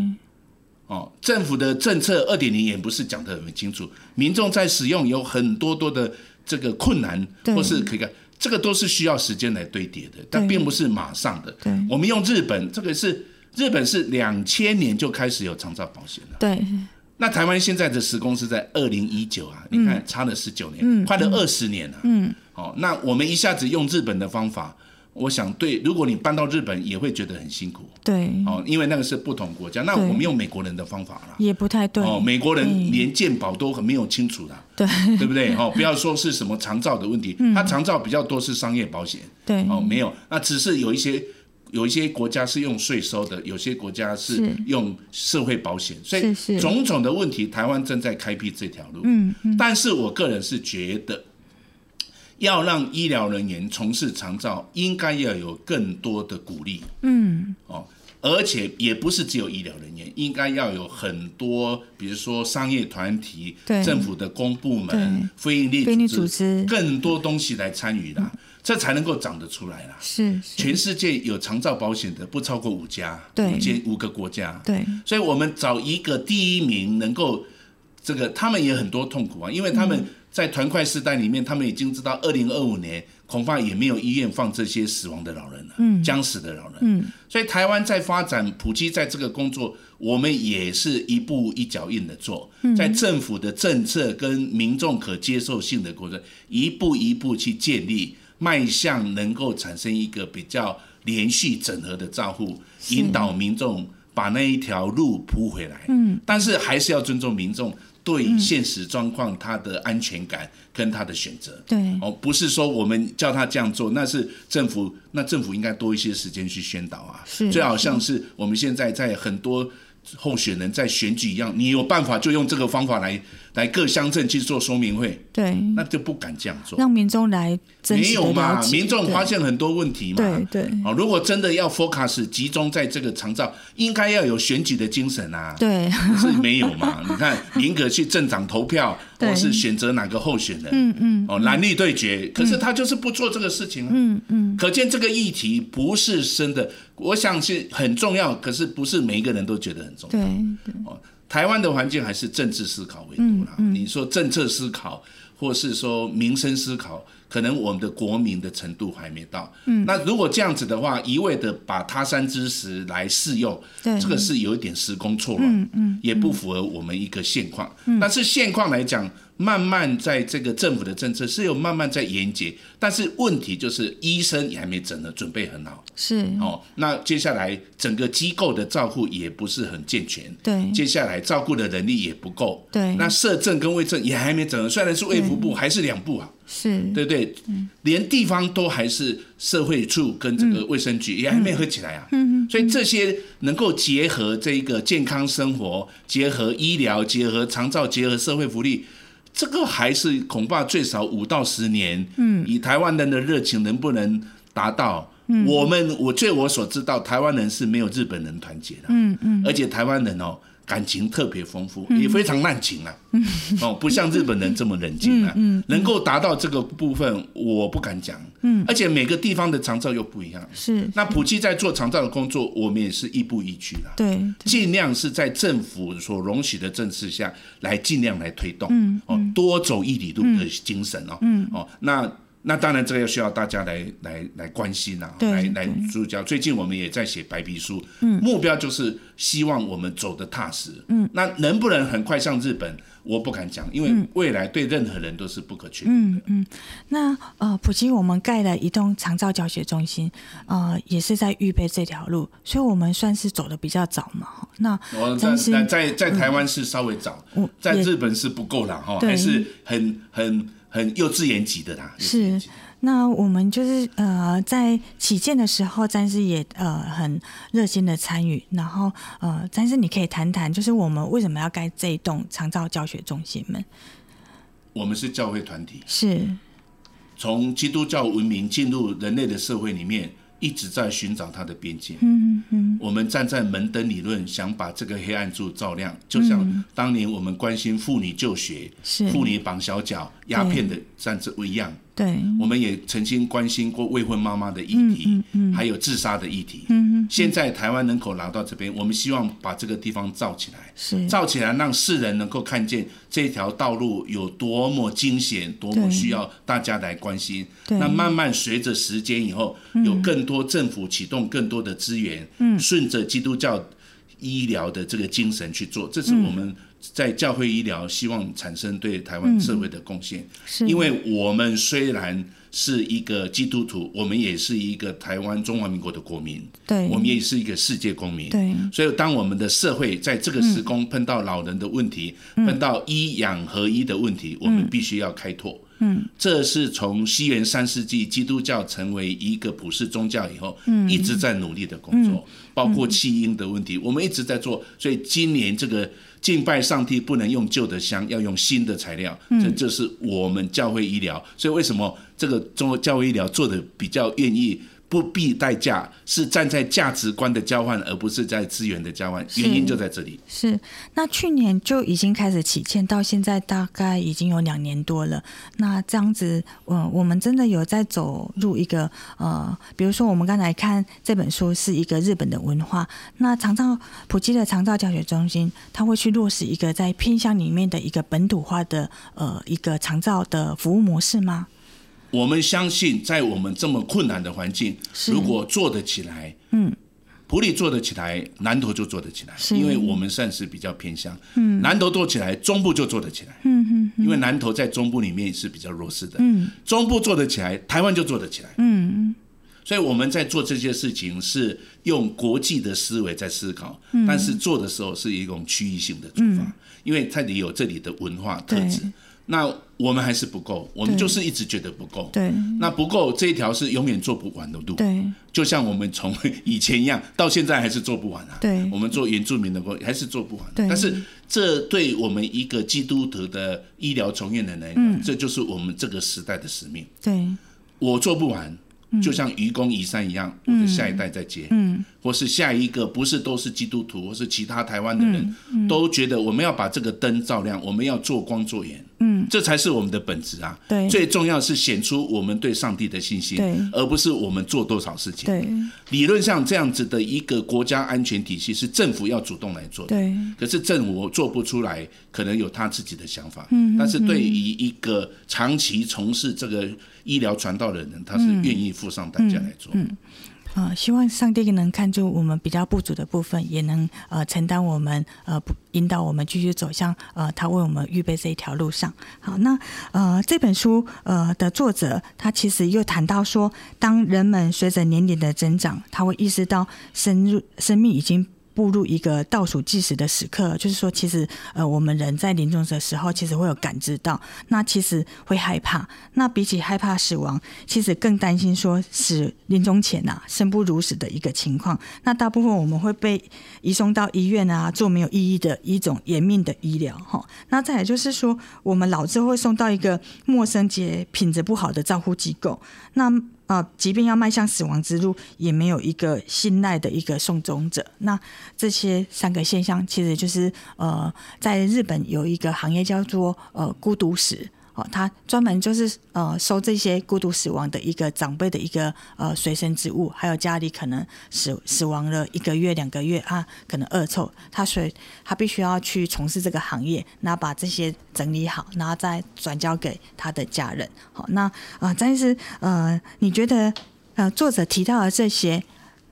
[SPEAKER 1] 哦，政府的政策二点零也不是讲得很清楚，民众在使用有很多多的这个困难，或是可以看，这个都是需要时间来堆叠的，但并不是马上的。我们用日本，这个是日本是两千年就开始有长照保险了。
[SPEAKER 2] 对，
[SPEAKER 1] 那台湾现在的时工是在二零一九啊，你看差了十九年，快了二十年了。
[SPEAKER 2] 嗯，
[SPEAKER 1] 哦，那我们一下子用日本的方法。我想对，如果你搬到日本也会觉得很辛苦
[SPEAKER 2] 对，
[SPEAKER 1] 哦，因为那个是不同国家。那
[SPEAKER 2] 嗯对
[SPEAKER 1] 我们用美国人的方法啦，
[SPEAKER 2] 也不太对。
[SPEAKER 1] 哦，美国人
[SPEAKER 2] 嗯
[SPEAKER 1] 连健保都很没有清楚啦，
[SPEAKER 2] 对嗯
[SPEAKER 1] 对不对？哦，不要说是什么长照的问题，它长照比较多是商业保险，
[SPEAKER 2] 对
[SPEAKER 1] 哦，没有，那只是有一些有一些国家是用税收的，有些国家是
[SPEAKER 2] 是
[SPEAKER 1] 用社会保险，所以
[SPEAKER 2] 是是
[SPEAKER 1] 种种的问题，台湾正在开辟这条路。嗯，但是我个人是觉得，要让医疗人员从事长照，应该要有更多的鼓励。
[SPEAKER 2] 嗯，
[SPEAKER 1] 哦，而且也不是只有医疗人员，应该要有很多，比如说商业团体、
[SPEAKER 2] 对
[SPEAKER 1] 政府的公部门
[SPEAKER 2] 对、
[SPEAKER 1] 非营利
[SPEAKER 2] 非营利组织嗯
[SPEAKER 1] 更多东西来参与啦，这才能够长得出来啦。
[SPEAKER 2] 是是，
[SPEAKER 1] 全世界有长照保险的不超过五家，
[SPEAKER 2] 对
[SPEAKER 1] 五间五个国家，
[SPEAKER 2] 对
[SPEAKER 1] 所以我们找一个第一名能够这个，他们也很多痛苦啊，因为他们在团块时代里面，他们已经知道二零二五年恐怕也没有医院放这些死亡的老人了，嗯，将死的老人，嗯，所以台湾在发展普及在这个工作，我们也是一步一脚印的做，在政府的政策跟民众可接受性的过程，一步一步去建立，迈向能够产生一个比较连续整合的照护，引导民众把那一条路铺回来。嗯，但是还是要尊重民众对现实状况他的安全感跟他的选择。
[SPEAKER 2] 对
[SPEAKER 1] 哦，不是说我们叫他这样做，那是政府，那政府应该多一些时间去宣导啊。
[SPEAKER 2] 是
[SPEAKER 1] 就好像是我们现在在很多候选人在选举一样，你有办法就用这个方法来来各乡镇去做说明会，
[SPEAKER 2] 对，
[SPEAKER 1] 那就不敢这样做。
[SPEAKER 2] 让民众来真
[SPEAKER 1] 没
[SPEAKER 2] 实的
[SPEAKER 1] 有
[SPEAKER 2] 了
[SPEAKER 1] 嘛，
[SPEAKER 2] 解，
[SPEAKER 1] 民众
[SPEAKER 2] 对
[SPEAKER 1] 发现很多问题嘛。
[SPEAKER 2] 对对
[SPEAKER 1] 哦，如果真的要 focus 集中在这个长照，应该要有选举的精神啊。
[SPEAKER 2] 对
[SPEAKER 1] 可是没有嘛？ 你看，宁可去政党投票，哦
[SPEAKER 2] 对
[SPEAKER 1] 或是选择哪个候选人，嗯嗯，哦，蓝绿对决，可是他就是不做这个事情啊，嗯嗯，可见这个议题不是真的，我想是很重要，可是不是每一个人都觉得很重要。
[SPEAKER 2] 对对
[SPEAKER 1] 台湾的环境还是政治思考为主啦。你说政策思考，或是说民生思考，可能我们的国民的程度还没到。嗯，那如果这样子的话，一味的把他山之石来适用，
[SPEAKER 2] 对
[SPEAKER 1] 这个是有一点时空错乱，嗯嗯，也不符合我们一个现况。但是现况来讲，慢慢在这个政府的政策是有慢慢在严节，但是问题就是医生也还没整的准备很好。
[SPEAKER 2] 是，
[SPEAKER 1] 哦，那接下来整个机构的照护也不是很健全，
[SPEAKER 2] 对
[SPEAKER 1] 接下来照顾的能力也不够，
[SPEAKER 2] 对
[SPEAKER 1] 那社政跟卫政也还没整合，虽然是卫福部，还是两部啊，
[SPEAKER 2] 是，
[SPEAKER 1] 对不对？连地方都还是社会处跟这个卫生局也还没合起来啊，嗯，所以这些能够结合这个健康生活，结合医疗，结合长照，结合社会福利。这个还是恐怕最少五到十年，嗯，以台湾人的热情能不能达到？嗯、我们我据我所知道，台湾人是没有日本人团结的，嗯嗯，而且台湾人哦感情特别丰富，也非常滥情啊， 哦，不像日本人这么冷静啊，嗯，能够达到这个部分，我不敢讲，嗯，而且每个地方的长照又不一样，
[SPEAKER 2] 是，
[SPEAKER 1] 那普及在做长照的工作，我们也是亦步亦趋啦，
[SPEAKER 2] 对
[SPEAKER 1] 尽量是在政府所容许的政策下来，尽量来推动，嗯，哦，多走一里路的精神哦，嗯，哦，那那当然这个要需要大家来来来关心啊，
[SPEAKER 2] 对
[SPEAKER 1] 来
[SPEAKER 2] 对
[SPEAKER 1] 来注教。最近我们也在写白皮书，嗯，目标就是希望我们走得踏实，嗯，那能不能很快像日本，我不敢讲，因为未来对任何人都是不可确定的，
[SPEAKER 2] 那呃，普及我们盖了一栋长照教学中心，呃，也是在预备这条路，所以我们算是走的比较早嘛。哈那
[SPEAKER 1] 我在
[SPEAKER 2] 真心
[SPEAKER 1] 在哦在在台湾是稍微早，
[SPEAKER 2] 我
[SPEAKER 1] 在
[SPEAKER 2] 也
[SPEAKER 1] 日本是不够了哈，
[SPEAKER 2] 对
[SPEAKER 1] 还是很很很幼稚园级的啦，幼稚园级
[SPEAKER 2] 是
[SPEAKER 1] 的，
[SPEAKER 2] 那我们就是呃，在起建的时候，詹师也呃很热心的参与。然后呃，詹师你可以谈谈，就是我们为什么要盖这一栋长照教学中心们？
[SPEAKER 1] 我们是教会团体，
[SPEAKER 2] 是
[SPEAKER 1] 从基督教文明进入人类的社会里面，一直在寻找它的边界。我们站在门灯理论，想把这个黑暗柱照亮，就像当年我们关心妇女就学、
[SPEAKER 2] 是，
[SPEAKER 1] 妇女绑小脚、鸦片的战争一样。
[SPEAKER 2] 对
[SPEAKER 1] 我们也曾经关心过未婚妈妈的议题，还有自杀的议题。现在台湾人口拿到这边，我们希望把这个地方造起来。
[SPEAKER 2] 是
[SPEAKER 1] 造起来，让世人能够看见这条道路有多么惊险，多么需要大家来关心。
[SPEAKER 2] 对
[SPEAKER 1] 那慢慢随着时间以后，有更多政府启动更多的资源，嗯，顺着基督教医疗的这个精神去做，这是我们在教会医疗，希望产生对台湾社会的贡献。
[SPEAKER 2] 是
[SPEAKER 1] 因为我们虽然是一个基督徒，我们也是一个台湾中华民国的国民，
[SPEAKER 2] 对
[SPEAKER 1] 我们也是一个世界公民。
[SPEAKER 2] 对嗯
[SPEAKER 1] 所以当我们的社会在这个时空碰到老人的问题，碰到医养合一的问题，我们必须要开拓。嗯，这是从西元三世纪基督教成为一个普世宗教以后，一直在努力的工作，包括弃婴的问题，我们一直在做。所以今年这个敬拜上帝不能用旧的香，要用新的材料，这这是我们教会医疗。所以为什么这个中国教会医疗做的比较愿意？不必代价，是站在价值观的交换，而不是在资源的交换。原因就在这里。
[SPEAKER 2] 是，那去年就已经开始起建，到现在大概已经有两年多了。那这样子，嗯，我们真的有在走入一个呃，比如说我们刚才看这本书是一个日本的文化，那长照普及的长照教学中心，它会去落实一个在偏乡里面的一个本土化的呃一个长照的服务模式吗？
[SPEAKER 1] 我们相信，在我们这么困难的环境，
[SPEAKER 2] 是
[SPEAKER 1] 如果做得起来，
[SPEAKER 2] 嗯，
[SPEAKER 1] 普里做得起来，南投就做得起来，
[SPEAKER 2] 是
[SPEAKER 1] 因为我们算是比较偏乡，嗯，南投做起来，中部就做得起来，
[SPEAKER 2] 嗯
[SPEAKER 1] 因为南投在中部里面是比较弱势的，嗯，中部做得起来，台湾就做得起来，
[SPEAKER 2] 嗯
[SPEAKER 1] 所以我们在做这些事情是用国际的思维在思考，
[SPEAKER 2] 嗯
[SPEAKER 1] 但是做的时候是一种区域性的出发，因为它里有这里的文化特质
[SPEAKER 2] 对。
[SPEAKER 1] 那我们还是不够，我们
[SPEAKER 2] 对
[SPEAKER 1] 就是一直觉得不够。
[SPEAKER 2] 对
[SPEAKER 1] 那不够这一条是永远做不完的路。
[SPEAKER 2] 对
[SPEAKER 1] 就像我们从以前一样，到现在还是做不完啊。
[SPEAKER 2] 对
[SPEAKER 1] 我们做原住民的工还是做不完。啊
[SPEAKER 2] 对
[SPEAKER 1] 但是这对我们一个基督徒的医疗从业人来
[SPEAKER 2] 嗯
[SPEAKER 1] 讲，这就是我们这个时代的使命。
[SPEAKER 2] 对，
[SPEAKER 1] 我做不完，
[SPEAKER 2] 嗯
[SPEAKER 1] 就像愚公移山一样，我的下一代在接，或是下一个不是都是基督徒，或是其他台湾的人、
[SPEAKER 2] 嗯
[SPEAKER 1] 都觉得我们要把这个灯照亮，我们要做光做盐，嗯，这才是我们的本质啊。
[SPEAKER 2] 对
[SPEAKER 1] 最重要是显出我们对上帝的信心
[SPEAKER 2] 对，
[SPEAKER 1] 而不是我们做多少事情。
[SPEAKER 2] 对，
[SPEAKER 1] 理论上这样子的一个国家安全体系是政府要主动来做的，
[SPEAKER 2] 对，
[SPEAKER 1] 可是政府做不出来，可能有他自己的想法。
[SPEAKER 2] 嗯
[SPEAKER 1] 但是对于一个长期从事这个医疗传道的人，他是愿意付上代价来做。
[SPEAKER 2] 呃，希望上帝能看出我们比较不足的部分，也能呃承担我们呃不引导我们继续走向呃他为我们预备这一条路上。好，那呃这本书呃的作者他其实又谈到说，当人们随着年龄的增长，他会意识到深入生命已经。步入一个倒数计时的时刻，就是说，其实呃，我们人在临终的时候，其实会有感知到，那其实会害怕。那比起害怕死亡，其实更担心说死临终前呐、生不如死的一个情况。那大部分我们会被移送到医院啊，做没有意义的一种延命的医疗哈。那再来就是说，我们老是会送到一个陌生且品质不好的照护机构，那呃，即便要迈向死亡之路，也没有一个信赖的一个送终者。那这些三个现象，其实就是呃，在日本有一个行业叫做呃孤独死。哦，他专门就是呃收这些孤独死亡的一个长辈的一个呃随身之物，还有家里可能死死亡了一个月、两个月啊，可能恶臭，他所以他必须要去从事这个行业，那把这些整理好，然后再转交给他的家人。好，那啊、呃，但是呃，你觉得呃作者提到的这些，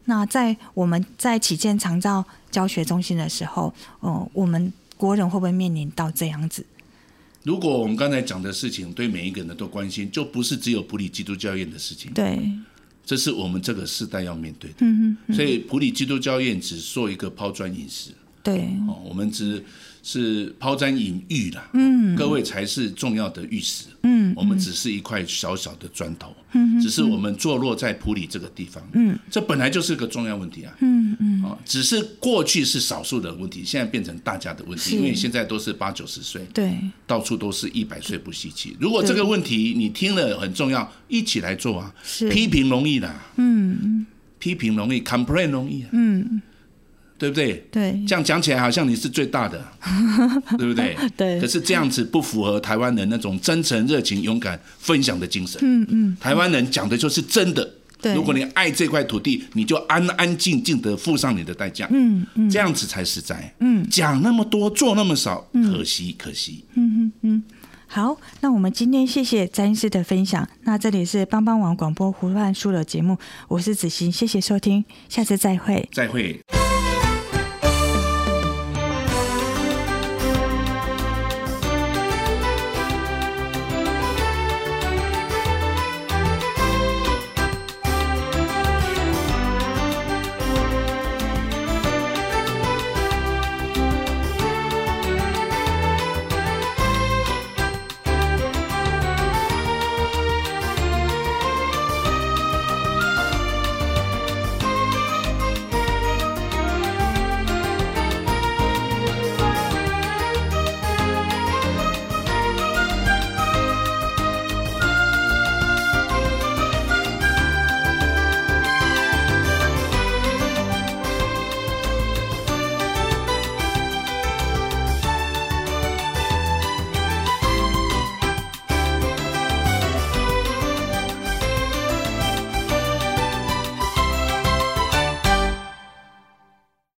[SPEAKER 2] 那在我们在起建长照教学中心的时候，呃，我们国人会不会面临到这样子？
[SPEAKER 1] 如果我们刚才讲的事情对每一个人都关心，就不是只有普里基督教院的事情，
[SPEAKER 2] 对，
[SPEAKER 1] 这是我们这个世代要面对的。
[SPEAKER 2] 嗯哼，
[SPEAKER 1] 所以普里基督教院只做一个抛砖引石，
[SPEAKER 2] 对，
[SPEAKER 1] 哦，我们只是抛砖引玉啦，嗯，各位才是重要的玉石，嗯，我们只是一块小小的砖头，嗯，只是我们坐落在普里这个地方，嗯，这本来就是个重要问题啊，嗯嗯，哦，只是过去是少数的问题，现在变成大家的问
[SPEAKER 2] 是
[SPEAKER 1] 题，因为现在都是八九十岁，
[SPEAKER 2] 对，
[SPEAKER 1] 到处都是一百岁不稀奇。如果这个问题你听了很重要，一起来做啊，
[SPEAKER 2] 是
[SPEAKER 1] 批评容易啦，嗯，批评容易，complain 容易啊，嗯，对不对？
[SPEAKER 2] 对，
[SPEAKER 1] 这样讲起来好像你是最大 的，对不对？
[SPEAKER 2] 对
[SPEAKER 1] 可是这样子不符合台湾人那种真诚、热情、勇敢、分享的精神。嗯嗯。台湾人讲的就是真的。
[SPEAKER 2] 对
[SPEAKER 1] 如果你爱这块土地，你就安安静静的付上你的代价。嗯嗯。这样子才实在。嗯。讲那么多，做那么少，可惜可惜。
[SPEAKER 2] 好，那我们今天谢谢詹医师的分享。那这里是帮帮网广播胡乱书的节目，我是子欣，谢谢收听，下次再会。
[SPEAKER 1] 再会。